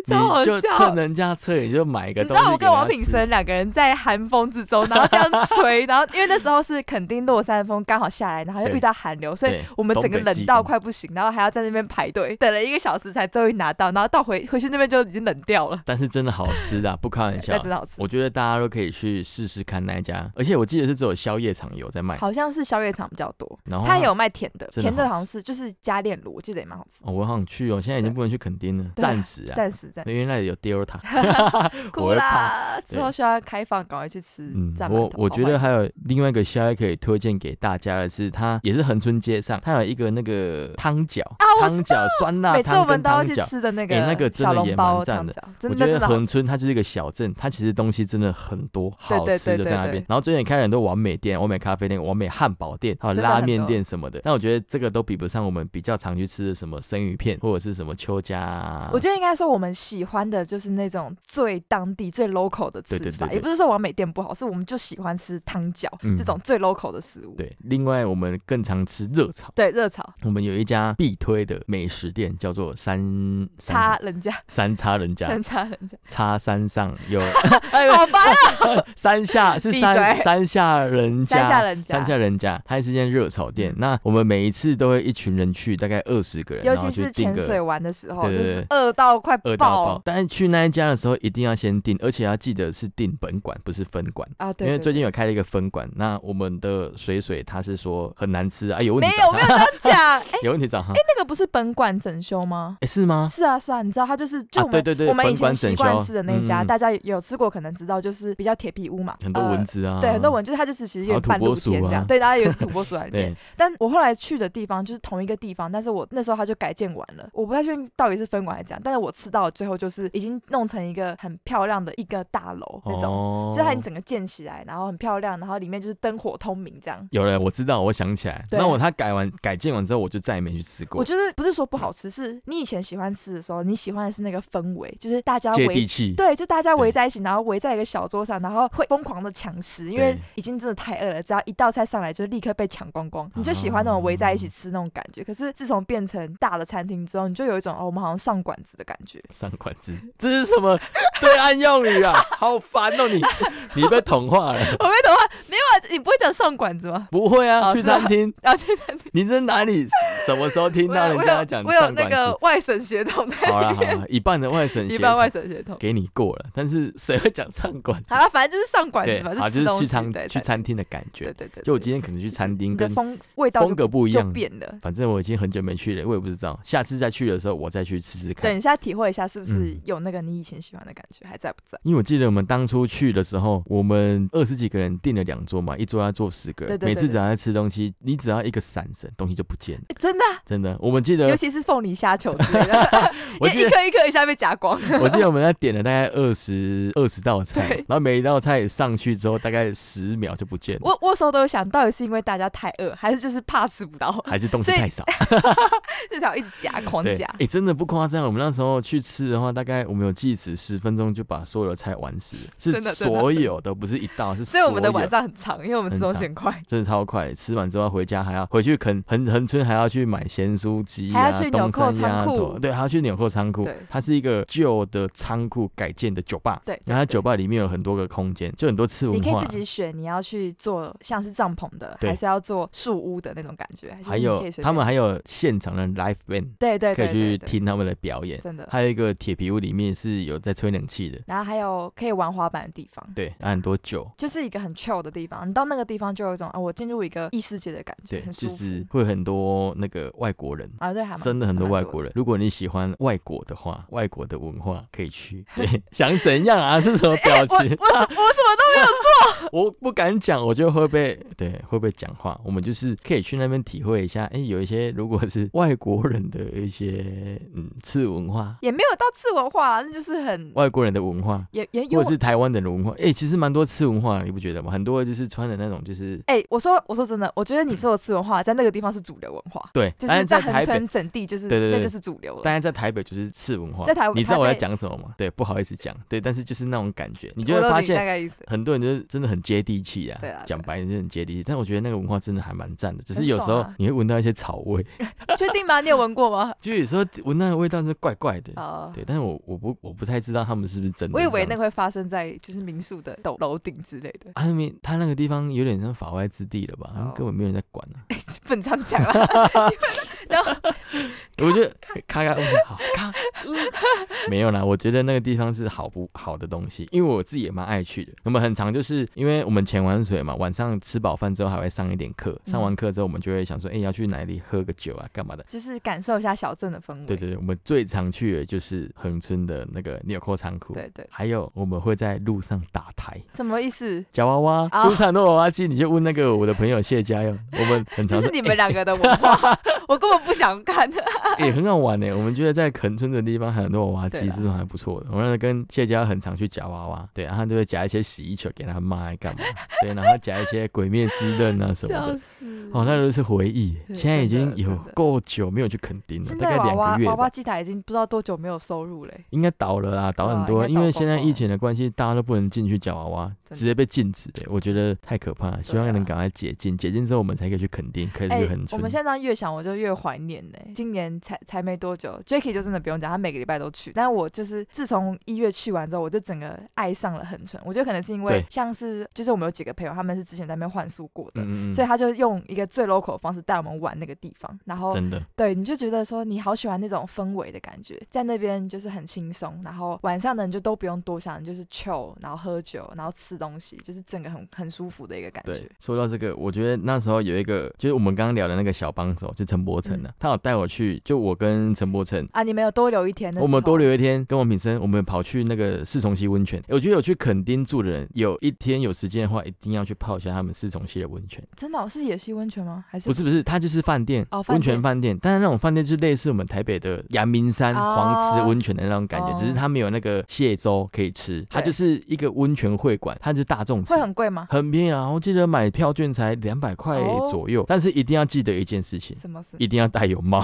Speaker 2: 超好
Speaker 1: 你就
Speaker 2: 笑
Speaker 1: 趁人家车，你就买一个
Speaker 2: 你知
Speaker 1: 东西
Speaker 2: 道我
Speaker 1: 给
Speaker 2: 跟王
Speaker 1: 他
Speaker 2: 品
Speaker 1: 吃。
Speaker 2: 生两个人在寒风之中，然后这样 吹，然后因为那时候是垦丁落山风刚好下来，然后又
Speaker 1: 对
Speaker 2: 遇到寒流，所以
Speaker 1: 对
Speaker 2: 我们整个
Speaker 1: 东北季
Speaker 2: 冷到
Speaker 1: 风
Speaker 2: 快不行，然后还要在那边排队，等了一个小时才终于拿到，然后到回回去那边就已经冷掉了，
Speaker 1: 但是真的好吃 的，啊不开玩
Speaker 2: 那
Speaker 1: 笑
Speaker 2: 真。的好吃。
Speaker 1: 我觉得大家都可以去试试看那一家，而且我记得是只有宵夜场有在卖。
Speaker 2: 好像是宵夜场比较多，
Speaker 1: 然后啊
Speaker 2: 它也有卖甜的，
Speaker 1: 哦真的
Speaker 2: 甜的
Speaker 1: 好哦
Speaker 2: 好像是就是加炼炉，我记得也蛮好吃。
Speaker 1: 哦，我好想去哦，现在已经不能去垦丁了，
Speaker 2: 对啊
Speaker 1: 暂时啊。
Speaker 2: 暂时站，
Speaker 1: 因为那里有 Delta。
Speaker 2: 哭啦！
Speaker 1: 对
Speaker 2: 之后需要开放，赶快去吃
Speaker 1: 嗯
Speaker 2: 炸，馒
Speaker 1: 我
Speaker 2: 头。
Speaker 1: 我觉得
Speaker 2: 好
Speaker 1: 还有另外一个宵夜可以推荐给大家的是，它也是恒春街上，它有一个那个汤饺，
Speaker 2: 啊我
Speaker 1: 汤饺酸
Speaker 2: 坏
Speaker 1: 辣
Speaker 2: 每次我
Speaker 1: 汤
Speaker 2: 们
Speaker 1: 跟
Speaker 2: 都要
Speaker 1: 汤
Speaker 2: 去
Speaker 1: 饺。
Speaker 2: 吃的那
Speaker 1: 哎那
Speaker 2: 个
Speaker 1: 个真
Speaker 2: 小
Speaker 1: 的
Speaker 2: 笼
Speaker 1: 也
Speaker 2: 包
Speaker 1: 蛮赞
Speaker 2: 汤
Speaker 1: 的
Speaker 2: 饺，
Speaker 1: 我觉
Speaker 2: 真的真
Speaker 1: 得
Speaker 2: 的好
Speaker 1: 恒春它就是一个小镇，它其实东西真的很多，好
Speaker 2: 对
Speaker 1: 吃的
Speaker 2: 对
Speaker 1: 在那
Speaker 2: 对
Speaker 1: 边。然后最近也开了很多完美店、完美咖啡店、完美汉堡店，还有
Speaker 2: 真的很
Speaker 1: 拉面店什么的。但我觉得这个都比不上我们比较常去吃的什么生鱼片或者是什么邱家啊。
Speaker 2: 我觉得应该说，我们喜欢的就是那种最当地、最 local 的吃法，
Speaker 1: 对对对对
Speaker 2: 也不是说完美店不好，是我们就喜欢吃汤饺、
Speaker 1: 嗯
Speaker 2: 这种最 local 的食物。
Speaker 1: 对，另外我们更常吃热炒，
Speaker 2: 对，热炒
Speaker 1: 我们有一家必推的美食店叫做三三什么
Speaker 2: 插人家，
Speaker 1: 三叉人家
Speaker 2: 三，插人家，
Speaker 1: 叉山上有
Speaker 2: 好
Speaker 1: 哦
Speaker 2: 烦啊！
Speaker 1: 山下是
Speaker 2: 闭
Speaker 1: 山
Speaker 2: 嘴
Speaker 1: 山下人家，
Speaker 2: 山下人家嗯
Speaker 1: 山下人家，它是间热炒店。那我们每一次都会一群人去，大概二十个人，
Speaker 2: 尤
Speaker 1: 然后
Speaker 2: 其
Speaker 1: 去
Speaker 2: 是
Speaker 1: 订
Speaker 2: 潜水
Speaker 1: 个。
Speaker 2: 玩的时候，
Speaker 1: 对对
Speaker 2: 就是
Speaker 1: 对
Speaker 2: 饿到快爆
Speaker 1: 饿到爆！但是去那一家的时候，一定要先订，而且要记得是订本馆，不是分馆，
Speaker 2: 啊！对
Speaker 1: 因为
Speaker 2: 对
Speaker 1: 最近有开了一个分馆。那我们的水水他是说很难吃啊，有问
Speaker 2: 没
Speaker 1: 题
Speaker 2: 有
Speaker 1: 找
Speaker 2: 没有
Speaker 1: 他，
Speaker 2: 这样讲， 哎、
Speaker 1: 有问题找他。
Speaker 2: 那个不是本馆整修吗？
Speaker 1: 哎，是吗？
Speaker 2: 是啊是啊，你知道它就是就
Speaker 1: 啊
Speaker 2: 我们、
Speaker 1: 对对对
Speaker 2: 我们以
Speaker 1: 本馆
Speaker 2: 前
Speaker 1: 整
Speaker 2: 习惯
Speaker 1: 修
Speaker 2: 吃的那一家，
Speaker 1: 嗯嗯
Speaker 2: 大家有吃过可能知道，就是比较铁皮屋嘛，
Speaker 1: 很多
Speaker 2: 呃
Speaker 1: 蚊子啊，
Speaker 2: 对，很多文就是它就是其实有点半露天这
Speaker 1: 还有土拨鼠
Speaker 2: 样，
Speaker 1: 啊
Speaker 2: 对，大家以为是土拨鼠在 里面。
Speaker 1: 对
Speaker 2: 但我后来去的地方就是同一个地方，但是我那时候它就改建完了，我不太确定到底是分馆还是这样，但是我吃到的最后就是已经弄成一个很漂亮的一个大楼 那种，
Speaker 1: 哦
Speaker 2: 就是它已经整个建起来，然后很漂亮，然后里面就是灯火通明这样。
Speaker 1: 有了，我知道，我想起来。
Speaker 2: 对啊
Speaker 1: 那我他改完改建完之后，我就再也没去吃过
Speaker 2: 我。觉得不是说不好吃，是你以前喜欢吃的时候，你喜欢的是那个氛围，就是大家
Speaker 1: 接
Speaker 2: 围
Speaker 1: 地气，
Speaker 2: 对，就大家围
Speaker 1: 对
Speaker 2: 在一起，然后围在一个小桌上，然后会疯狂的抢食，因为
Speaker 1: 对
Speaker 2: 已经真的太饿了，只要一道菜上来就立刻被抢光光。你就喜欢那种围在
Speaker 1: 哦
Speaker 2: 一起吃那种感觉。可是自从变成大的餐厅之后，你就有一种哦，我们好像上馆子的感觉。
Speaker 1: 上款子，这是什么对岸用语啊？好烦哦你，你被同化了。
Speaker 2: 我没懂啊，没有啊，你不会讲上馆子吗？
Speaker 1: 不会啊，
Speaker 2: 哦
Speaker 1: 去
Speaker 2: 是吗
Speaker 1: 餐厅，
Speaker 2: 然后去餐厅，
Speaker 1: 你在哪里？什么时候听
Speaker 2: 我
Speaker 1: 到
Speaker 2: 有
Speaker 1: 人
Speaker 2: 我
Speaker 1: 家
Speaker 2: 有
Speaker 1: 讲
Speaker 2: 我有
Speaker 1: 上
Speaker 2: 那
Speaker 1: 馆
Speaker 2: 个
Speaker 1: 子？
Speaker 2: 外省血统在
Speaker 1: 好了
Speaker 2: 里
Speaker 1: 好
Speaker 2: 面，
Speaker 1: 了，一半的外省
Speaker 2: 一
Speaker 1: 血
Speaker 2: 般外
Speaker 1: 统
Speaker 2: 省血统。
Speaker 1: 给你过了，但是谁会讲上馆子
Speaker 2: 好？了，反正就是上馆
Speaker 1: 对
Speaker 2: 子，吧，
Speaker 1: 好，
Speaker 2: 吃
Speaker 1: 就是
Speaker 2: 东
Speaker 1: 去
Speaker 2: 西，
Speaker 1: 餐
Speaker 2: 对
Speaker 1: 去，餐厅的感
Speaker 2: 对
Speaker 1: 觉。
Speaker 2: 对对对。
Speaker 1: 就我今天可能去餐
Speaker 2: 你
Speaker 1: 厅
Speaker 2: 的
Speaker 1: 跟
Speaker 2: 风味道
Speaker 1: 风
Speaker 2: 就
Speaker 1: 格不一
Speaker 2: 就
Speaker 1: 样，
Speaker 2: 变了。
Speaker 1: 反正我已经很久没去了，我也不知道，下次再去的时候我再去吃吃看
Speaker 2: 等。一下体会一下，是不是
Speaker 1: 嗯
Speaker 2: 有那个你以前喜欢的感觉还在不在？
Speaker 1: 因为我记得我们当初去的时候，我们二十几个人订了两桌嘛，一桌要坐十个人，
Speaker 2: 对对对
Speaker 1: 每次只要在吃东西，你只要一个闪神，东西就不见 了，
Speaker 2: 真的啊、
Speaker 1: 真的。我们记得
Speaker 2: 尤，其是凤梨虾球之类的，
Speaker 1: 我
Speaker 2: 一
Speaker 1: 记
Speaker 2: 一
Speaker 1: 得。
Speaker 2: 颗一颗一下被夹光。
Speaker 1: 我记得我们要点了大概二十二十道菜
Speaker 2: 对，
Speaker 1: 然后每一道菜上去之后，大概十秒就不见了，
Speaker 2: 我我有时候都有想到底是因为大家太饿，还是就是怕吃不到，
Speaker 1: 还是东西
Speaker 2: 所以
Speaker 1: 太少。
Speaker 2: 至少一直夹狂
Speaker 1: 对，
Speaker 2: 夹
Speaker 1: 哎、。真的不夸张，我们那时候去吃的话，大概我们有计时十分钟就把所有的菜完食，是
Speaker 2: 真的真的
Speaker 1: 所有的，不是一道，是
Speaker 2: 所以我们的
Speaker 1: 所有
Speaker 2: 晚上很长，因为我们吃东西很快，
Speaker 1: 真的超快，吃完之后回家还要回去垦恒恒春，还要去买咸酥鸡、啊，
Speaker 2: 还要去纽
Speaker 1: 东
Speaker 2: 扣
Speaker 1: 山
Speaker 2: 仓
Speaker 1: 鸭
Speaker 2: 库
Speaker 1: 头，对，还要去纽扣仓库
Speaker 2: 对。
Speaker 1: 它是一个旧的仓库改建的酒吧，
Speaker 2: 对对
Speaker 1: 然后它
Speaker 2: 对
Speaker 1: 酒吧里面有很多个空间，就很多次文
Speaker 2: 你可以
Speaker 1: 化
Speaker 2: 自。己选你要去做像是帐篷的，
Speaker 1: 对
Speaker 2: 还是要做树屋的那种感觉，是
Speaker 1: 还
Speaker 2: 你
Speaker 1: 有
Speaker 2: 可以随便
Speaker 1: 他们还有现场的 live band，
Speaker 2: 对对
Speaker 1: 可
Speaker 2: 对
Speaker 1: 以去
Speaker 2: 对对，
Speaker 1: 听他们的表演。
Speaker 2: 真的。
Speaker 1: 还有一个铁皮屋里面是有在吹冷气的，
Speaker 2: 然后还有可以玩滑板的地方，
Speaker 1: 对，还有很多酒，
Speaker 2: 就是一个很 chill 的地方。你到那个地方就有一种啊，我进入一个异世界的感觉，
Speaker 1: 对，
Speaker 2: 很舒
Speaker 1: 就
Speaker 2: 服。
Speaker 1: 是会很多那个外国人。
Speaker 2: 啊，对，还蛮
Speaker 1: 真的很多
Speaker 2: 还蛮
Speaker 1: 外国人。如果你喜欢外国的话，外国的文化可以去。 对，想怎样啊？是什么表
Speaker 2: 我我
Speaker 1: 情？
Speaker 2: 我什么都哎
Speaker 1: 我不敢讲，我觉得会被对会被讲话。我们就是可以去那边体会一下。哎、有一些如果是外国人的一些嗯次文化，
Speaker 2: 也没有到次文化，那就是很
Speaker 1: 外国人的文化，
Speaker 2: 也也有
Speaker 1: 或者。是台湾人的文化。哎、其实蛮多次文化，你不觉得吗？很多就是穿的那种就是。
Speaker 2: 哎、我说我说真的，我觉得你说的次文化在那个地方是主流文化，
Speaker 1: 对，
Speaker 2: 就
Speaker 1: 但
Speaker 2: 是
Speaker 1: 是在
Speaker 2: 横
Speaker 1: 台北，
Speaker 2: 村整地就是
Speaker 1: 对对对
Speaker 2: 那就是主流了。
Speaker 1: 当然在台北就是次文化。
Speaker 2: 在台
Speaker 1: 你知道我
Speaker 2: 台
Speaker 1: 在
Speaker 2: 北
Speaker 1: 讲什么吗？对，不好意思讲，对，但是就是那种感觉，你
Speaker 2: 我
Speaker 1: 就会
Speaker 2: 懂
Speaker 1: 发
Speaker 2: 你
Speaker 1: 现
Speaker 2: 大概意思，
Speaker 1: 很多人就是真的很接地气啊
Speaker 2: 对啊，
Speaker 1: 讲
Speaker 2: 对啊
Speaker 1: 白就是很接地气。但我觉得那个文化真的还蛮赞的，只是
Speaker 2: 很
Speaker 1: 有
Speaker 2: 爽
Speaker 1: 时候
Speaker 2: 啊
Speaker 1: 你会闻到一些草味，
Speaker 2: 确定吗？你有闻过吗？
Speaker 1: 就有时候闻到的味道是怪怪的。
Speaker 2: 啊、
Speaker 1: 对，但是我我不我不太知道他们是不是真的。
Speaker 2: 我以为那个。会发生在就是民宿的楼楼顶之类的，
Speaker 1: 啊，那边他那个地方有点像法外之地了吧？他们
Speaker 2: 哦
Speaker 1: 根本没有人在管啊。
Speaker 2: 不能这样讲啦。然后
Speaker 1: 我觉得咔咔，我好咔，嗯没有啦。我觉得那个地方是好不好的东西，因为我自己也蛮爱去的。我们很常就是因为我们潜完水嘛，晚上吃饱饭之后还会上一点课，上
Speaker 2: 嗯
Speaker 1: 完课之后我们就会想说，哎、要去哪里喝个酒啊，干嘛的？
Speaker 2: 就是感受一下小镇的氛围。
Speaker 1: 对对对，我们最常去的就是恒春的那个纽扣仓库，
Speaker 2: 对对
Speaker 1: 还有我们会在路上打台。
Speaker 2: 什么意思？
Speaker 1: 夹娃娃，
Speaker 2: 哦
Speaker 1: 路上很多娃娃机，你就问那个我的朋友谢家 用，我们很
Speaker 2: 这
Speaker 1: 常
Speaker 2: 是
Speaker 1: 说
Speaker 2: 你们两个的文 化， 我根本不想看。
Speaker 1: 也、欸很好玩呢。我们觉得在垦村的地方还有很多娃娃机
Speaker 2: 对啦
Speaker 1: 是不是还不错的？我那时候跟谢家很常去夹娃娃，对，然后他就会夹一些洗衣球给他妈干 嘛？对，然后夹一些《鬼灭之刃》啊什么的。
Speaker 2: 死
Speaker 1: 哦，那 都是回忆。
Speaker 2: 对
Speaker 1: 现在已
Speaker 2: 真
Speaker 1: 经
Speaker 2: 的
Speaker 1: 有
Speaker 2: 真的
Speaker 1: 够久没有去垦丁了，
Speaker 2: 现
Speaker 1: 嗯大概
Speaker 2: 在娃
Speaker 1: 两
Speaker 2: 娃
Speaker 1: 个月
Speaker 2: 娃
Speaker 1: 吧
Speaker 2: 娃。机台已经不知道多久没有收入嘞、
Speaker 1: 应该倒了啦，倒
Speaker 2: 对啊
Speaker 1: 很多，
Speaker 2: 应该
Speaker 1: 因为
Speaker 2: 倒
Speaker 1: 现在
Speaker 2: 光光
Speaker 1: 疫情的关系，大家都不能进去夹娃娃，
Speaker 2: 真的
Speaker 1: 直接被禁止、欸。我觉得太可怕了，希
Speaker 2: 对
Speaker 1: 望
Speaker 2: 啊
Speaker 1: 能赶快解禁，解禁之后我们才可以去垦丁，可以
Speaker 2: 哎、
Speaker 1: 去很
Speaker 2: 我
Speaker 1: 村。
Speaker 2: 们现在越想我就越怀念呢、今年才才没多久 j a c k i e 就真的不用讲，他每个礼拜都去。但我就是自从一月去完之后，我就整个爱上了恒春。我觉得可能是因为
Speaker 1: 对
Speaker 2: 像是就是我们有几个朋友，他们是之前在那边换宿过的。
Speaker 1: 嗯嗯嗯
Speaker 2: 所以他就用一个最 local 的方式带我们玩那个地方，然后
Speaker 1: 真的
Speaker 2: 对，你就觉得说你好喜欢那种氛围的感觉，在那边就是很轻松，然后晚上呢你就都不用多想，你就是 chill，然后喝酒，然后吃东西，就是整个很很舒服的一个感
Speaker 1: 对
Speaker 2: 觉。，
Speaker 1: 说到这个，我觉得那时候有一个，就是我们刚刚聊的那个小帮手，就陈柏成
Speaker 2: 嗯
Speaker 1: 啊，他有带我去，就我跟陈柏成。
Speaker 2: 啊，你们有多留一天的时候？
Speaker 1: 我们多留一天，跟王品生，我们跑去那个四重溪温泉。我觉得有去垦丁住的人，有一天有时间的话，一定要去泡一下他们四重溪的温泉。
Speaker 2: 真的、哦、是野溪温泉吗？还是
Speaker 1: 不是不是，它就是饭店
Speaker 2: 哦，饭
Speaker 1: 温泉
Speaker 2: 店
Speaker 1: 饭店，但是那种饭店就是类似我们台北的阳明山
Speaker 2: 哦
Speaker 1: 黄池温泉的那种感觉，
Speaker 2: 哦
Speaker 1: 只是它没有那个蟹粥可以吃，它
Speaker 2: 对
Speaker 1: 就是一个温泉会馆，它就是大众吃
Speaker 2: 会。很贵吗？
Speaker 1: 很便宜啊！我记得买票券才两百块
Speaker 2: 哦
Speaker 1: 左右，但是一定要记得一件事情，
Speaker 2: 什么事？
Speaker 1: 一哎定要戴泳帽。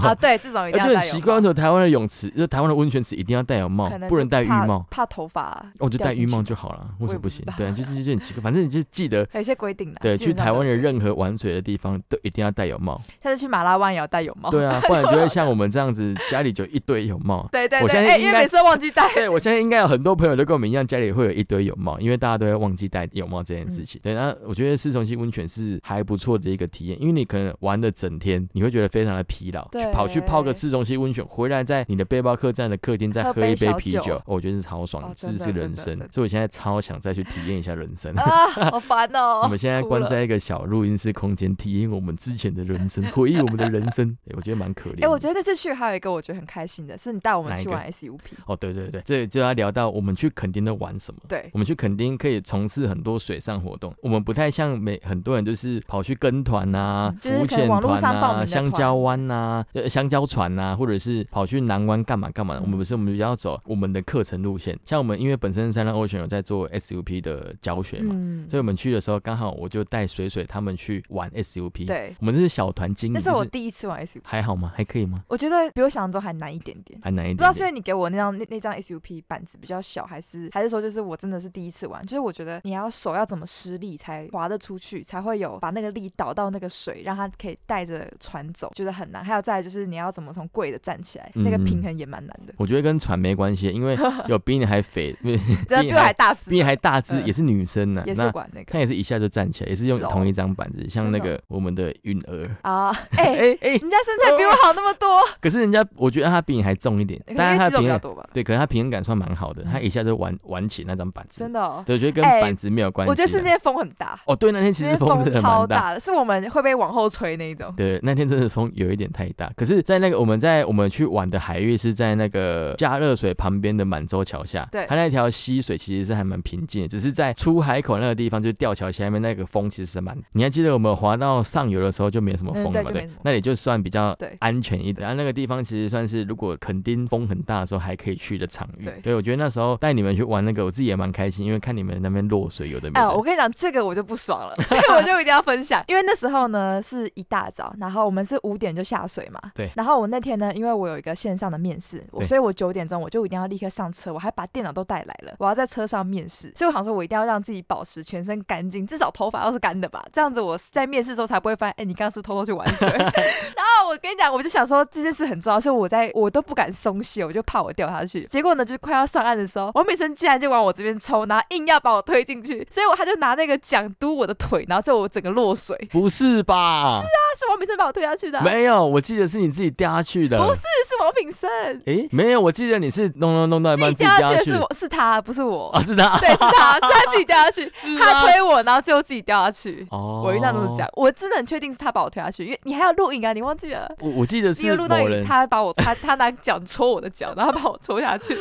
Speaker 2: 啊，对，这种
Speaker 1: 而
Speaker 2: 一
Speaker 1: 且
Speaker 2: 定要
Speaker 1: 很
Speaker 2: 带
Speaker 1: 奇
Speaker 2: 泳
Speaker 1: 怪，为
Speaker 2: 帽
Speaker 1: 什么台湾的泳池，就是台湾的温泉池一定要戴泳帽
Speaker 2: 可，能
Speaker 1: 不
Speaker 2: 就
Speaker 1: 能戴浴
Speaker 2: 怕
Speaker 1: 帽？哦
Speaker 2: 怕头发，
Speaker 1: 我就戴浴帽就
Speaker 2: 好。
Speaker 1: 好了，为什么
Speaker 2: 也
Speaker 1: 不
Speaker 2: 不
Speaker 1: 行
Speaker 2: 知道？
Speaker 1: 对啊，就是就是很奇怪，反正你就记得，
Speaker 2: 有一些规定啦，
Speaker 1: 对，
Speaker 2: 基
Speaker 1: 去
Speaker 2: 本上
Speaker 1: 台湾
Speaker 2: 都有
Speaker 1: 的任何玩水的地方都一定要戴泳帽。
Speaker 2: 下次去马拉湾也要戴泳帽。
Speaker 1: 对 啊，不然就会像我们这样子，家里就一堆泳帽。
Speaker 2: 对对
Speaker 1: 我相
Speaker 2: 对，
Speaker 1: 信
Speaker 2: 哎、
Speaker 1: 应
Speaker 2: 因为
Speaker 1: 该
Speaker 2: 每次都忘 记戴。
Speaker 1: 对，我相信应该有很多朋友都跟我们一样，家里会有一堆泳帽，因为大家都会忘记戴泳帽这件事
Speaker 2: 嗯
Speaker 1: 情。对，那我觉得四重溪温泉是还不错的一个体验，因为你可能玩了整天，你会觉得非常的疲劳，去
Speaker 2: 对
Speaker 1: 跑去泡个四重溪温泉，回来在你的背包客栈的客厅再
Speaker 2: 喝
Speaker 1: 喝一
Speaker 2: 杯
Speaker 1: 杯
Speaker 2: 小
Speaker 1: 啤
Speaker 2: 酒
Speaker 1: 酒， 哦我觉得是超爽，
Speaker 2: 哦
Speaker 1: 这
Speaker 2: 真的
Speaker 1: 是人
Speaker 2: 真的
Speaker 1: 生
Speaker 2: 真的。
Speaker 1: 所以我现在超想再去体验一下人 生。
Speaker 2: 啊，好烦哦！
Speaker 1: 我们现在
Speaker 2: 哭
Speaker 1: 关
Speaker 2: 了
Speaker 1: 在一个小录音室空间，体验我们之前的人生，回忆我们的人 生。对我觉得蛮可怜的。
Speaker 2: 哎、我觉得这次去还有一个我觉得很开心的，是你带我们
Speaker 1: 哪一
Speaker 2: 去
Speaker 1: 个
Speaker 2: 玩 SUP。
Speaker 1: 哦，对对对，这就要聊到我们去垦丁都玩什么。
Speaker 2: 对，
Speaker 1: 我们去垦丁可以从事很多水上活动，我们不太像每很多人就是跑去跟团啊、
Speaker 2: 嗯就是
Speaker 1: 浮
Speaker 2: 可能
Speaker 1: 潜
Speaker 2: 网络
Speaker 1: 团
Speaker 2: 上报名
Speaker 1: 啊、
Speaker 2: 的
Speaker 1: 香
Speaker 2: 团
Speaker 1: 蕉湾呐、呃香蕉船呐、或者是跑去南湾干嘛干嘛的。我们不是我们比较走我们的课程路线，像我们因为本身三浪 Ocean 有在做 SUP 的教学嘛，
Speaker 2: 嗯
Speaker 1: 所以我们去的时候刚好我就带水水他们去玩 SUP。，
Speaker 2: 对，
Speaker 1: 我们这是小团经营，
Speaker 2: 那是
Speaker 1: 嗯就
Speaker 2: 我第一次玩 SUP，
Speaker 1: 还好吗？还可以吗？
Speaker 2: 我觉得比我想象中还难一点点。
Speaker 1: 还难一点点。
Speaker 2: 不知道是因为你给我那张那那张 SUP 板子比较小，还是还是说就是我真的是第一次玩，就是我觉得你要手要怎么施力才划得出去，才会有把那个力导到那个水，让它可以带着船走，觉得很难。还有再来就是你要怎么从跪的站起来，那个
Speaker 1: 嗯，
Speaker 2: 平衡也蛮难的
Speaker 1: 我觉得跟船没关系，因为有比你还肥，不是
Speaker 2: 真的
Speaker 1: 你
Speaker 2: 啊比我
Speaker 1: 还
Speaker 2: 还大只
Speaker 1: 比你还大只，
Speaker 2: 嗯
Speaker 1: 也是女生呢、
Speaker 2: 也是
Speaker 1: 那
Speaker 2: 玩那个
Speaker 1: 她也是一下就站起来，也是用
Speaker 2: 是哦
Speaker 1: 同一张板子，像那
Speaker 2: 真的
Speaker 1: 个我们的允儿。
Speaker 2: 啊，哎、
Speaker 1: 哎哎，
Speaker 2: 人家身材比我好那么多，
Speaker 1: 可是人家，我觉得她比你还重一点，
Speaker 2: 可能
Speaker 1: 但
Speaker 2: 哎因
Speaker 1: 是
Speaker 2: 为
Speaker 1: 她
Speaker 2: 肌肉比
Speaker 1: 平
Speaker 2: 较
Speaker 1: 衡
Speaker 2: 多吧，
Speaker 1: 对，可是她平衡感算蛮好的，
Speaker 2: 嗯
Speaker 1: 她一下就玩玩起那张板子。
Speaker 2: 真的、哦。
Speaker 1: 对，我觉得跟
Speaker 2: 哎
Speaker 1: 板子没有关系啊。
Speaker 2: 我觉得是那天风很大，
Speaker 1: 哦，对，那天其
Speaker 2: 那
Speaker 1: 实
Speaker 2: 天
Speaker 1: 风真的
Speaker 2: 超
Speaker 1: 蛮大。
Speaker 2: 的，是我们会被往后吹那一种。
Speaker 1: 对，那天真的风有一点太大。可是，在那个我们在我们去玩的海域是在那个加热水旁边的满洲桥下，
Speaker 2: 对
Speaker 1: 它那条溪水其实是还蛮平静的，只是在出海口那个地方，就是吊桥下面那个风其实是蛮。你还记得我们滑到上游的时候就没什么 风了
Speaker 2: 嗯对
Speaker 1: 嘛？
Speaker 2: 就没
Speaker 1: 对
Speaker 2: 什么，
Speaker 1: 那里就算比较
Speaker 2: 对
Speaker 1: 安全一点。然后那个地方其实算是如果垦丁风很大的时候还可以去的场域。
Speaker 2: 对
Speaker 1: 对我觉得那时候带你们去玩那个，我自己也蛮开心，因为看你们那边落水有的没
Speaker 2: 哎、
Speaker 1: 的。
Speaker 2: 我跟你讲，这个我就 不爽了，这个我就一定要分享，因为那时候呢是一大早，然后我们是五点就下水嘛，
Speaker 1: 对
Speaker 2: 然后我那天呢，因为我有一个线上的面试，我
Speaker 1: 对
Speaker 2: 所以我九点钟我就一定要立刻上车，我还把电脑都带来了，我要在车上面试，所以我想说我一定要让自己保持全身干净，至少头发要是干的吧，这样子我在面试的时候才不会发现，哎、你刚刚是不是偷偷去玩水。然后我跟你讲，我就想说这件事很重要，所以我在我都不敢松懈，我就怕我掉下去。结果呢，就是快要上岸的时候，王美生竟然就往我这边冲，然后硬要把我推进去，所以我他就拿那个桨嘟我的腿，然后就我整个落水。
Speaker 1: 不是吧？
Speaker 2: 那是王美生把我推下去的啊、
Speaker 1: 没有，我记得是你自己掉下去的。
Speaker 2: 不是，是王品生。
Speaker 1: 诶，没有，我记得你是弄弄弄到一
Speaker 2: 自
Speaker 1: 半
Speaker 2: 己
Speaker 1: 自己
Speaker 2: 掉下
Speaker 1: 掉
Speaker 2: 去
Speaker 1: 下
Speaker 2: 的
Speaker 1: 去
Speaker 2: 是我是他，不是我。
Speaker 1: 啊，是他
Speaker 2: 对，是 他，是他自己掉下去，
Speaker 1: 是啊
Speaker 2: 他 推我，然后最后自己掉下去。
Speaker 1: 哦
Speaker 2: 我印象中是这样，我真的很确定是他把我推下去，因为你还有录影啊，你忘记了？
Speaker 1: 我我记得
Speaker 2: 你有
Speaker 1: 是
Speaker 2: 录到
Speaker 1: 某
Speaker 2: 影，
Speaker 1: 人，
Speaker 2: 他把我他他拿 脚戳我的脚，然后把我戳下去。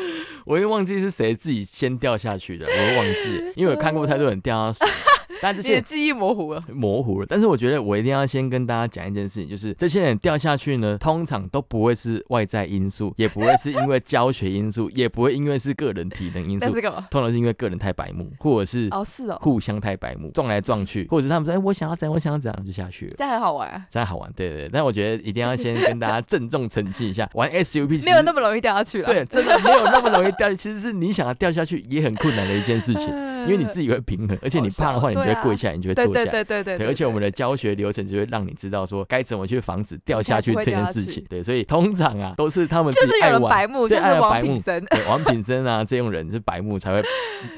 Speaker 1: 我又忘记是谁自己先掉下去的，我又忘记 了，因为我看过太多人掉下水，但这
Speaker 2: 你
Speaker 1: 些
Speaker 2: 的
Speaker 1: 人
Speaker 2: 记忆模糊了，
Speaker 1: 模糊了。但是我觉得我一定要先跟大家讲一件事情，就是这些人掉下去呢，通常都不会是外在因素，也不会是因为教学因 素，也不会因为是个人体能因
Speaker 2: 那
Speaker 1: 素，
Speaker 2: 是干嘛？
Speaker 1: 通常是因为个人太白目，或者是
Speaker 2: 哦，是哦，
Speaker 1: 互相太白目，撞来撞去，或者是他们说，哎、我想要怎样，我想要怎样，就下去了。
Speaker 2: 这样很好玩啊，
Speaker 1: 这样好玩，对对对，但我觉得一定要先跟大家郑重澄清一下， 玩 SUP
Speaker 2: 没有那
Speaker 1: 么
Speaker 2: 么容易掉下去了。
Speaker 1: 对，真的没有那么容易掉， 其实是你想要掉下去也很困难的一件
Speaker 2: 嗯
Speaker 1: 事 情，因为你自己会平衡，而且你怕的话，你就会跪下来，你就会坐
Speaker 2: 对
Speaker 1: 下
Speaker 2: 对
Speaker 1: 来。
Speaker 2: 对对对
Speaker 1: 对，
Speaker 2: 对，
Speaker 1: 而且我们的教学流程就会让你知道说该怎么去防止掉下去
Speaker 2: 你才
Speaker 1: 这
Speaker 2: 不会
Speaker 1: 件
Speaker 2: 掉下
Speaker 1: 事
Speaker 2: 去
Speaker 1: 情。 对，所以通常啊都是他们
Speaker 2: 就
Speaker 1: 自己
Speaker 2: 是
Speaker 1: 爱
Speaker 2: 有人
Speaker 1: 玩
Speaker 2: 白目，就
Speaker 1: 对
Speaker 2: 是
Speaker 1: 爱玩
Speaker 2: 王
Speaker 1: 白目
Speaker 2: 品生。
Speaker 1: 对王品生啊这种人是白目才会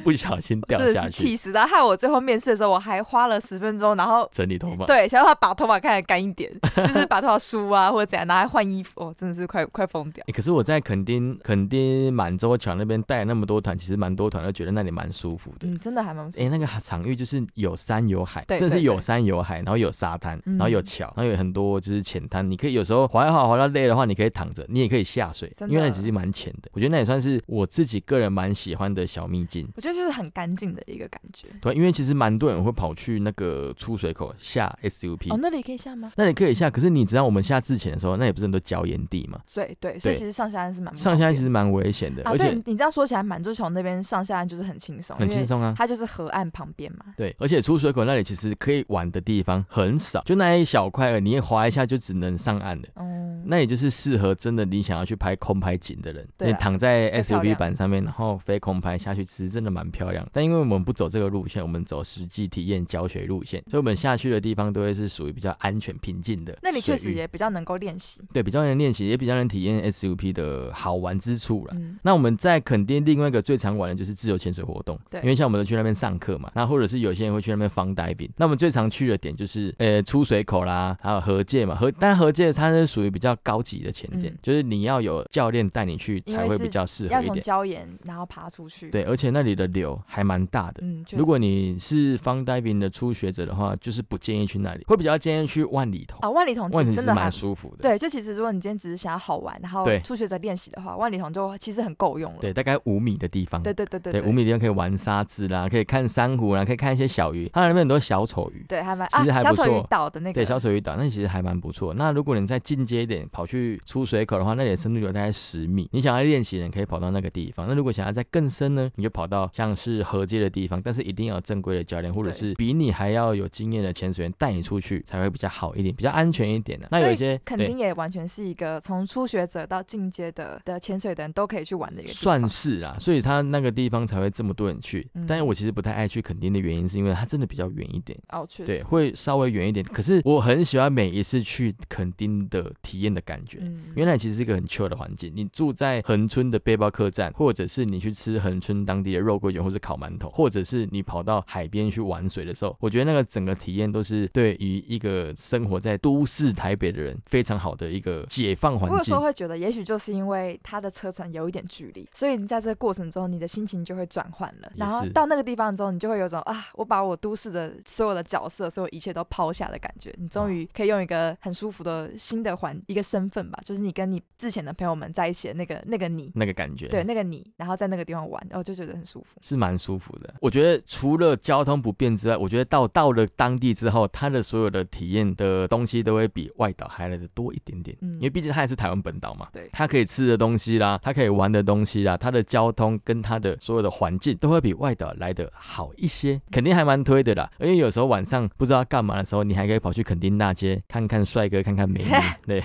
Speaker 1: 不小心掉
Speaker 2: 真的
Speaker 1: 下
Speaker 2: 是
Speaker 1: 去，
Speaker 2: 气死！然后害我最后面试的时候，我还花了十分钟，然后
Speaker 1: 整理头发。
Speaker 2: 对，想办法把头发看得干一点， 就是把头发梳啊或者怎样，拿来换衣服。哦，真的是快快疯掉。
Speaker 1: 欸可是我在垦丁、垦丁满洲桥那边带了那么多团，其实蛮多团都觉得那里蛮舒服的。
Speaker 2: 嗯，真的还蛮不错
Speaker 1: 哎、。那个场域就是有山有海，
Speaker 2: 对
Speaker 1: 真的是
Speaker 2: 对
Speaker 1: 有
Speaker 2: 对
Speaker 1: 山有海，然后有沙滩，
Speaker 2: 嗯
Speaker 1: 然后有桥，然后有很多就是浅滩。你可以有时候滑一滑，滑到累的话，你可以躺着，你也可以下水，
Speaker 2: 真的
Speaker 1: 因为那其实蛮浅的。我觉得那也算是我自己个人蛮喜欢的小秘境。
Speaker 2: 我觉得就是很干净的一个感觉。
Speaker 1: 对，因为其实蛮多人会跑去那个出水口下 SUP，、
Speaker 2: 哦，那里可以下吗？
Speaker 1: 那你可以下，可是你知道我们下之前的时候，那也不是很多礁岩地嘛，
Speaker 2: 对对，所以
Speaker 1: 对
Speaker 2: 其实上下岸是蛮
Speaker 1: 上
Speaker 2: 方
Speaker 1: 下
Speaker 2: 便
Speaker 1: 岸其实蛮危险的，
Speaker 2: 啊，
Speaker 1: 而
Speaker 2: 对
Speaker 1: 且
Speaker 2: 你你这样说起来，满洲桥那边上下岸就是很轻松，
Speaker 1: 很轻，松 啊。
Speaker 2: 它就是河岸旁边嘛。
Speaker 1: 对，而且出水口那里其实可以玩的地方很少，就那一小块，你也滑一下就只能上岸了。
Speaker 2: 嗯，
Speaker 1: 哦那也就是适合真的你想要去拍空拍景的人，
Speaker 2: 对啊
Speaker 1: 你躺在
Speaker 2: 会漂
Speaker 1: SUV
Speaker 2: 亮
Speaker 1: 板上面，然后飞空拍下去，其实真的蛮漂亮。但因为我们不走这个路线，我们走实际体验教学路线，所以我们下去的地方都会是属于比较安全平静的水域。
Speaker 2: 那里确实也比较能够练习。
Speaker 1: 对比较能练习，也比较能体验 SUP 的好玩之处了。
Speaker 2: 嗯，
Speaker 1: 那我们在垦丁另外一个最常玩的就是自由潜水活动，
Speaker 2: 对
Speaker 1: 因为像我们都去那边上课嘛，那或者是有些人会去那边防 diving。那我们最常去的点就是呃出水口啦，还有河界嘛，河但河界它是属于比较高级的潜点，
Speaker 2: 嗯
Speaker 1: 就是你要有教练带你去才会比较适合
Speaker 2: 要
Speaker 1: 一
Speaker 2: 从
Speaker 1: 点。
Speaker 2: 礁岩然后爬出去。，
Speaker 1: 对，而且那里的流还蛮大的。
Speaker 2: 嗯，确实
Speaker 1: 如果你是防 diving 的初学者的话，就是不建议去那里，会比较建议去万里头。
Speaker 2: 啊，万里桐其
Speaker 1: 万里
Speaker 2: 实
Speaker 1: 是
Speaker 2: 真的还
Speaker 1: 蛮舒服的。
Speaker 2: 对，就其实如果你今天只是想要好玩，然后
Speaker 1: 对
Speaker 2: 初学者练习的话，万里桐就其实很够用了。
Speaker 1: 对，大概五米的地方。
Speaker 2: 对对对对
Speaker 1: 对，五米地方可以玩沙子啦，可以看珊瑚啦，可以看一些小鱼，它那边很多小丑鱼。
Speaker 2: 对，还蛮
Speaker 1: 其实还
Speaker 2: 啊，小
Speaker 1: 不
Speaker 2: 丑鱼
Speaker 1: 错
Speaker 2: 岛的那个
Speaker 1: 对，小丑鱼岛那其实还蛮不错。那如果你再进阶一点，跑去出水口的话，那里的深度有大概十米。你想要练习的，你可以跑到那个地方。那如果想要再更深呢，你就跑到像是河街的地方，但是一定要有正规的教练，或者
Speaker 2: 对
Speaker 1: 是比你还要有经验的潜水员带你出去，才会比较好一点，比较安全一点的、啊那
Speaker 2: 所
Speaker 1: 有
Speaker 2: 以
Speaker 1: 一些
Speaker 2: 肯
Speaker 1: 对
Speaker 2: 定也完全是一个从初学者到进阶的的潜水的人都可以去玩的一个地方
Speaker 1: 算是啦、所以他那个地方才会这么多人去。
Speaker 2: 嗯
Speaker 1: 但是我其实不太爱去垦丁的原因，是因为它真的比较远一点。
Speaker 2: 哦，确
Speaker 1: 对，
Speaker 2: 实，
Speaker 1: 会稍微远一点。可是我很喜欢每一次去垦丁的体验的感觉，
Speaker 2: 嗯
Speaker 1: 因为那里其实是一个很 chill 的环境。你住在恒春的背包客栈，或者是你去吃恒春当地的肉桂卷或是烤馒头，或者是你跑到海边去玩水的时候，我觉得那个整个体验都是对于一个生活在都市台北的人非常好的一个解放环
Speaker 2: 我有时
Speaker 1: 境
Speaker 2: 候。会觉得，也许就是因为它的车程有一点距离，所以你在这个过程中，你的心情就会转换了。
Speaker 1: 也
Speaker 2: 然后
Speaker 1: 是
Speaker 2: 到那个地方之后，你就会有种啊，我把我都市的所有的角色、所有一切都抛下的感觉。你
Speaker 1: 啊
Speaker 2: 终于可以用一个很舒服的新的环一个身份吧，就是你跟你之前的朋友们在一起的那个那个你，
Speaker 1: 那个感觉，
Speaker 2: 对，那个你，然后在那个地方玩，我就觉得很舒服。
Speaker 1: 是蛮舒服的。我觉得除了交通不便之外，我觉得到到了当地之后，它的所有的体验的东西都会比外岛还来的多一点点。
Speaker 2: 嗯
Speaker 1: 因为毕竟它也是台湾本岛嘛，
Speaker 2: 对
Speaker 1: 它可以吃的东西啦，它可以玩的东西啦，它的交通跟它的所有的环境都会比外岛来的好一些，肯定还蛮推的啦。 因为有时候晚上不知道干嘛的时候，你还可以跑去垦丁大街看看帅哥，看看美女，对，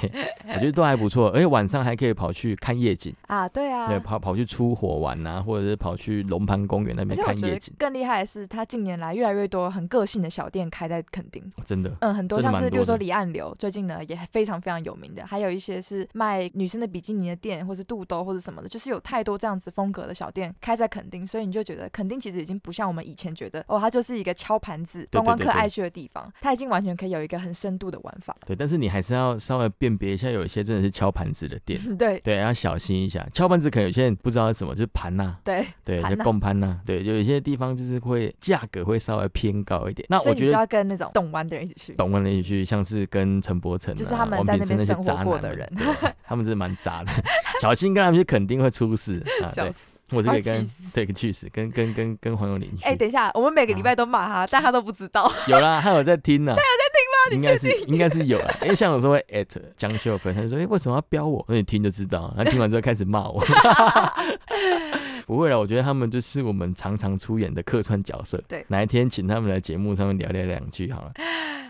Speaker 1: 我觉得都还不错，而且晚上还可以跑去看夜景，
Speaker 2: 啊，对啊。
Speaker 1: 对，跑跑去出火玩啊，或者是跑去龙盘公园那
Speaker 2: 而
Speaker 1: 边
Speaker 2: 且我
Speaker 1: 看
Speaker 2: 觉
Speaker 1: 夜
Speaker 2: 得
Speaker 1: 景，
Speaker 2: 更厉害的是，它近年来越来越多很个性的小店开在垦丁。
Speaker 1: 哦真的。
Speaker 2: 嗯，很多
Speaker 1: 真的
Speaker 2: 像
Speaker 1: 蛮
Speaker 2: 是，比
Speaker 1: 多
Speaker 2: 如说
Speaker 1: 的
Speaker 2: 离岸流，最近呢也非常非常有名的，还有一些是卖女生的比基尼的店，或是肚兜或者什么的，就是有太多这样子风格的小店开在垦丁，所以你就觉得垦丁其实已经不像我们以前觉得哦，它就是一个敲盘子
Speaker 1: 对
Speaker 2: 观光
Speaker 1: 对
Speaker 2: 客
Speaker 1: 对
Speaker 2: 爱去的地方，它已经完全可以有一个很深度的玩法。
Speaker 1: 对，但是你还是要稍微辨别一下，有一些真的是敲盘子的店，
Speaker 2: 对
Speaker 1: 对，要小心一下。敲盘子可能有些人不知道是什么，就是盘呐、
Speaker 2: 对，
Speaker 1: 对，
Speaker 2: 盘
Speaker 1: 就
Speaker 2: 呐
Speaker 1: 共盘呐、对，有一些地方就是会价格会稍微偏高一点。那
Speaker 2: 所
Speaker 1: 我
Speaker 2: 以你
Speaker 1: 觉
Speaker 2: 就
Speaker 1: 得
Speaker 2: 要跟那种懂玩的人一起去。
Speaker 1: 懂文的一句，像是跟陈柏成、啊、
Speaker 2: 就是他们
Speaker 1: 王
Speaker 2: 在
Speaker 1: 品
Speaker 2: 那
Speaker 1: 生
Speaker 2: 边
Speaker 1: 些
Speaker 2: 生活
Speaker 1: 渣男
Speaker 2: 过
Speaker 1: 们
Speaker 2: 的人
Speaker 1: 对啊他们是蛮渣的，小心跟他们去肯定会出事啊！
Speaker 2: 笑
Speaker 1: 对，
Speaker 2: 死！
Speaker 1: 我就可以
Speaker 2: 他会气
Speaker 1: 跟对去死，跟跟跟跟黄永林去。
Speaker 2: 哎、等一下，我们每个
Speaker 1: 啊
Speaker 2: 礼拜都骂他，但他都不知道。
Speaker 1: 有啦，他有在听呢、他有在听吗？应该是应该是有啦，因为像有时候会 at 江秀芬，他就说：“哎、为什么要标我？”那你听就知道。啊他听完之后开始骂我。不会啦，我觉得他们就是我们常常出演的客串角色。
Speaker 2: 对
Speaker 1: 哪一天请他们来节目上面聊聊两句好了。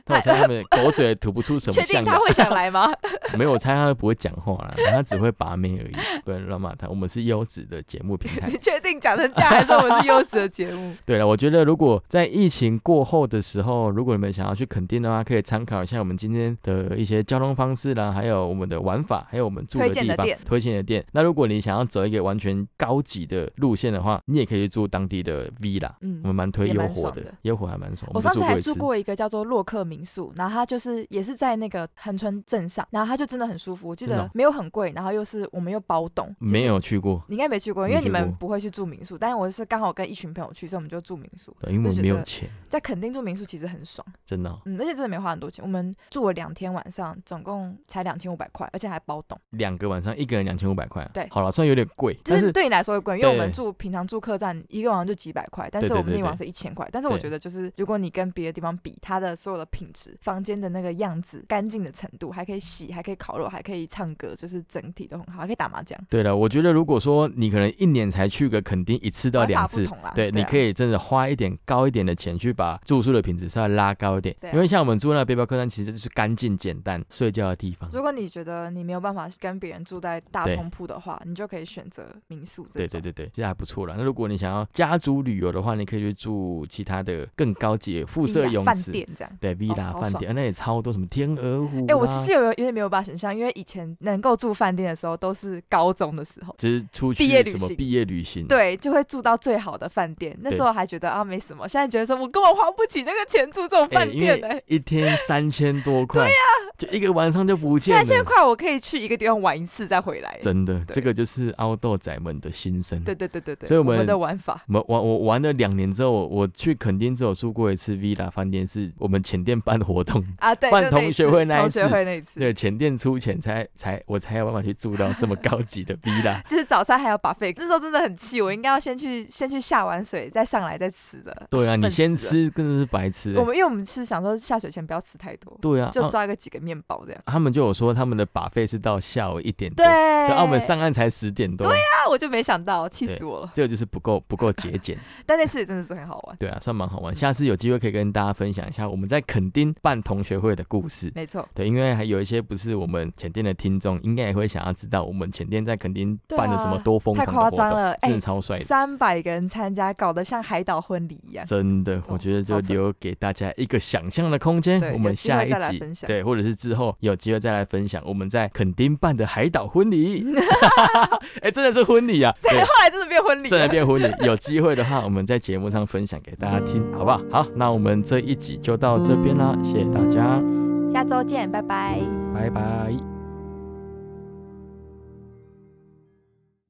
Speaker 1: 但我猜他们口嘴吐不出什么
Speaker 2: 确
Speaker 1: 象
Speaker 2: 定
Speaker 1: 牙，
Speaker 2: 他会想来 吗？
Speaker 1: 没有，我猜他不会讲话啦，他只会把妹而已。不然乱骂他，我们是优质的节目平台
Speaker 2: 你。确定讲成这样，还是我们是优质的节目？
Speaker 1: 对了，我觉得如果在疫情过后的时候，如果你们想要去垦丁的话，可以参考一下我们今天的一些交通方式啦，还有我们的玩法，还有我们住的
Speaker 2: 推荐
Speaker 1: 地
Speaker 2: 的
Speaker 1: 方
Speaker 2: 店、
Speaker 1: 推荐的店。那如果你想要走一个完全高级的路线的话，你也可以去住当地的 villa，
Speaker 2: 嗯
Speaker 1: 我们蛮推
Speaker 2: 也
Speaker 1: 游
Speaker 2: 蛮
Speaker 1: 火
Speaker 2: 爽
Speaker 1: 的
Speaker 2: 的，
Speaker 1: 游火还蛮爽。
Speaker 2: 我
Speaker 1: 们
Speaker 2: 上次还
Speaker 1: 一
Speaker 2: 住
Speaker 1: 次，
Speaker 2: 过一个叫做洛克民宿，然后它就是也是在那个恒春镇上，然后它就真的很舒服，我记
Speaker 1: 真的
Speaker 2: 得
Speaker 1: 哦
Speaker 2: 没有很贵，然后又是我们又包栋，就是
Speaker 1: 没有去过，
Speaker 2: 你应该没去过，
Speaker 1: 没
Speaker 2: 因为你
Speaker 1: 去
Speaker 2: 们
Speaker 1: 过
Speaker 2: 不会去住民宿，但是我是刚好跟一群朋友去，所以我们就住民宿，
Speaker 1: 对因为
Speaker 2: 就
Speaker 1: 我
Speaker 2: 觉
Speaker 1: 没有
Speaker 2: 得
Speaker 1: 钱，
Speaker 2: 在垦丁住民宿其实很爽，
Speaker 1: 真的哦
Speaker 2: 嗯，而且真的没花很多钱，我们住了两天晚上，总共才两千五百块，而且还包栋，
Speaker 1: 两个晚上一个人两千五百块啊。
Speaker 2: 对
Speaker 1: 好了，算有点贵，
Speaker 2: 就
Speaker 1: 但
Speaker 2: 是
Speaker 1: 是
Speaker 2: 对你来说会贵，因为我们
Speaker 1: 对
Speaker 2: 住平常住客栈一个晚上就几百块，但是
Speaker 1: 对对
Speaker 2: 我们
Speaker 1: 对
Speaker 2: 那晚
Speaker 1: 对
Speaker 2: 是一千块。但是我
Speaker 1: 对
Speaker 2: 觉得就是如果你跟别的地方比，它的所有的品质、房间的那个样子、干净的程度，还可以洗，还可以烤肉，还可以唱歌，就是整体都很好，还可以打麻将，
Speaker 1: 对了，我觉得如果说你可能一年才去个垦丁一次到
Speaker 2: 玩
Speaker 1: 两
Speaker 2: 法不
Speaker 1: 次，
Speaker 2: 同啦。
Speaker 1: 对，你
Speaker 2: 啊
Speaker 1: 可以真的花一点高一点的钱去把住宿的品质稍微拉高一点
Speaker 2: 对，啊
Speaker 1: 因为像我们住那背包客栈，其实就是干净简单睡觉的地方。
Speaker 2: 如果你觉得你没有办法跟别人住在大
Speaker 1: 对
Speaker 2: 通铺的话，你就可以选择民宿这
Speaker 1: 对
Speaker 2: 种。
Speaker 1: 对对对，这还不错啦。那如果你想要家族旅游的话，你可以去住其他的更高级的附设
Speaker 2: villa
Speaker 1: 泳
Speaker 2: 饭
Speaker 1: 池，
Speaker 2: 店这样。
Speaker 1: 对，villa
Speaker 2: 好
Speaker 1: 饭店，啊那里超多什么天鹅湖。啊
Speaker 2: 哎、我其实有有点没有办法想象，因为以前能够住饭店的时候都是高中的时候。
Speaker 1: 只是出去
Speaker 2: 毕业旅
Speaker 1: 什么
Speaker 2: 行
Speaker 1: 毕业旅行，
Speaker 2: 对，就会住到最好的饭店。那
Speaker 1: 对
Speaker 2: 时候还觉得啊没什么，现在觉得说我根本花不起那个钱住这种
Speaker 1: 哎，
Speaker 2: 饭
Speaker 1: 因
Speaker 2: 店呢、
Speaker 1: 为一天三千多块，就一个晚上就不见
Speaker 2: 三千
Speaker 1: 了。
Speaker 2: 块我可以去一个地方玩一次再回来。
Speaker 1: 真的，这
Speaker 2: 对
Speaker 1: 个就是凹豆仔们的心声。
Speaker 2: 对对对对对，
Speaker 1: 所以我
Speaker 2: 我
Speaker 1: 们
Speaker 2: 的玩法
Speaker 1: 我玩我玩了两年之后，我我去垦丁只有住过一次 villa 饭店，是我们前店办活 动，
Speaker 2: 啊，对，
Speaker 1: 办
Speaker 2: 就那
Speaker 1: 同
Speaker 2: 一
Speaker 1: 学
Speaker 2: 次
Speaker 1: 会那一
Speaker 2: 同学
Speaker 1: 次
Speaker 2: 会那一次，
Speaker 1: 对，前店出钱才才我才有办法去住到这么高级的 villa。
Speaker 2: 就是早餐还有 buffet，那时候真的很气，我应该要先去先去下完水再上来再吃的。
Speaker 1: 对啊，你
Speaker 2: 笨死
Speaker 1: 先
Speaker 2: 了
Speaker 1: 吃真的是白痴、
Speaker 2: 我
Speaker 1: 欸。
Speaker 2: 们因为我们是想说下水前不要吃太多，
Speaker 1: 对啊，
Speaker 2: 就
Speaker 1: 啊
Speaker 2: 抓个几个面包这样。
Speaker 1: 他们就有说他们的把费是到下午一点多，
Speaker 2: 对，
Speaker 1: 对，澳门上岸才十点多，对啊，
Speaker 2: 啊，我就没想到，气
Speaker 1: 对
Speaker 2: 死我了。
Speaker 1: 这个就是不够不够节俭。
Speaker 2: 但那次也真的是很好玩，
Speaker 1: 对啊，算蛮好
Speaker 2: 嗯
Speaker 1: 玩。下次有机会可以跟大家分享一下我们在垦丁办同学会的故事。
Speaker 2: 没错。
Speaker 1: 对，因为还有一些不是我们前店的听众，应该也会想要知道我们前店在垦丁办了什么
Speaker 2: 对啊
Speaker 1: 多疯狂的活动，
Speaker 2: 太夸张了
Speaker 1: 真的
Speaker 2: 哎
Speaker 1: 超帅的。
Speaker 2: 三百个人参加，搞得像海岛婚礼一样。
Speaker 1: 真的，我
Speaker 2: 哦
Speaker 1: 觉得就
Speaker 2: 好扯
Speaker 1: 留给大家一个想象的空间
Speaker 2: 对。
Speaker 1: 我
Speaker 2: 有
Speaker 1: 们
Speaker 2: 机
Speaker 1: 下
Speaker 2: 会
Speaker 1: 一
Speaker 2: 再来
Speaker 1: 集
Speaker 2: 分享
Speaker 1: 对，或者是之后有机会再来分享我们在垦丁办的海岛婚 礼。哎，真的是婚礼啊！对，
Speaker 2: 后来真的变婚礼
Speaker 1: 真的
Speaker 2: 了，
Speaker 1: 变婚礼。有机会的话，我们在节目上分享给大家听，好不好？好，那我们这一集就到这边啦，谢谢大家，
Speaker 2: 下周见，拜拜。
Speaker 1: 拜拜。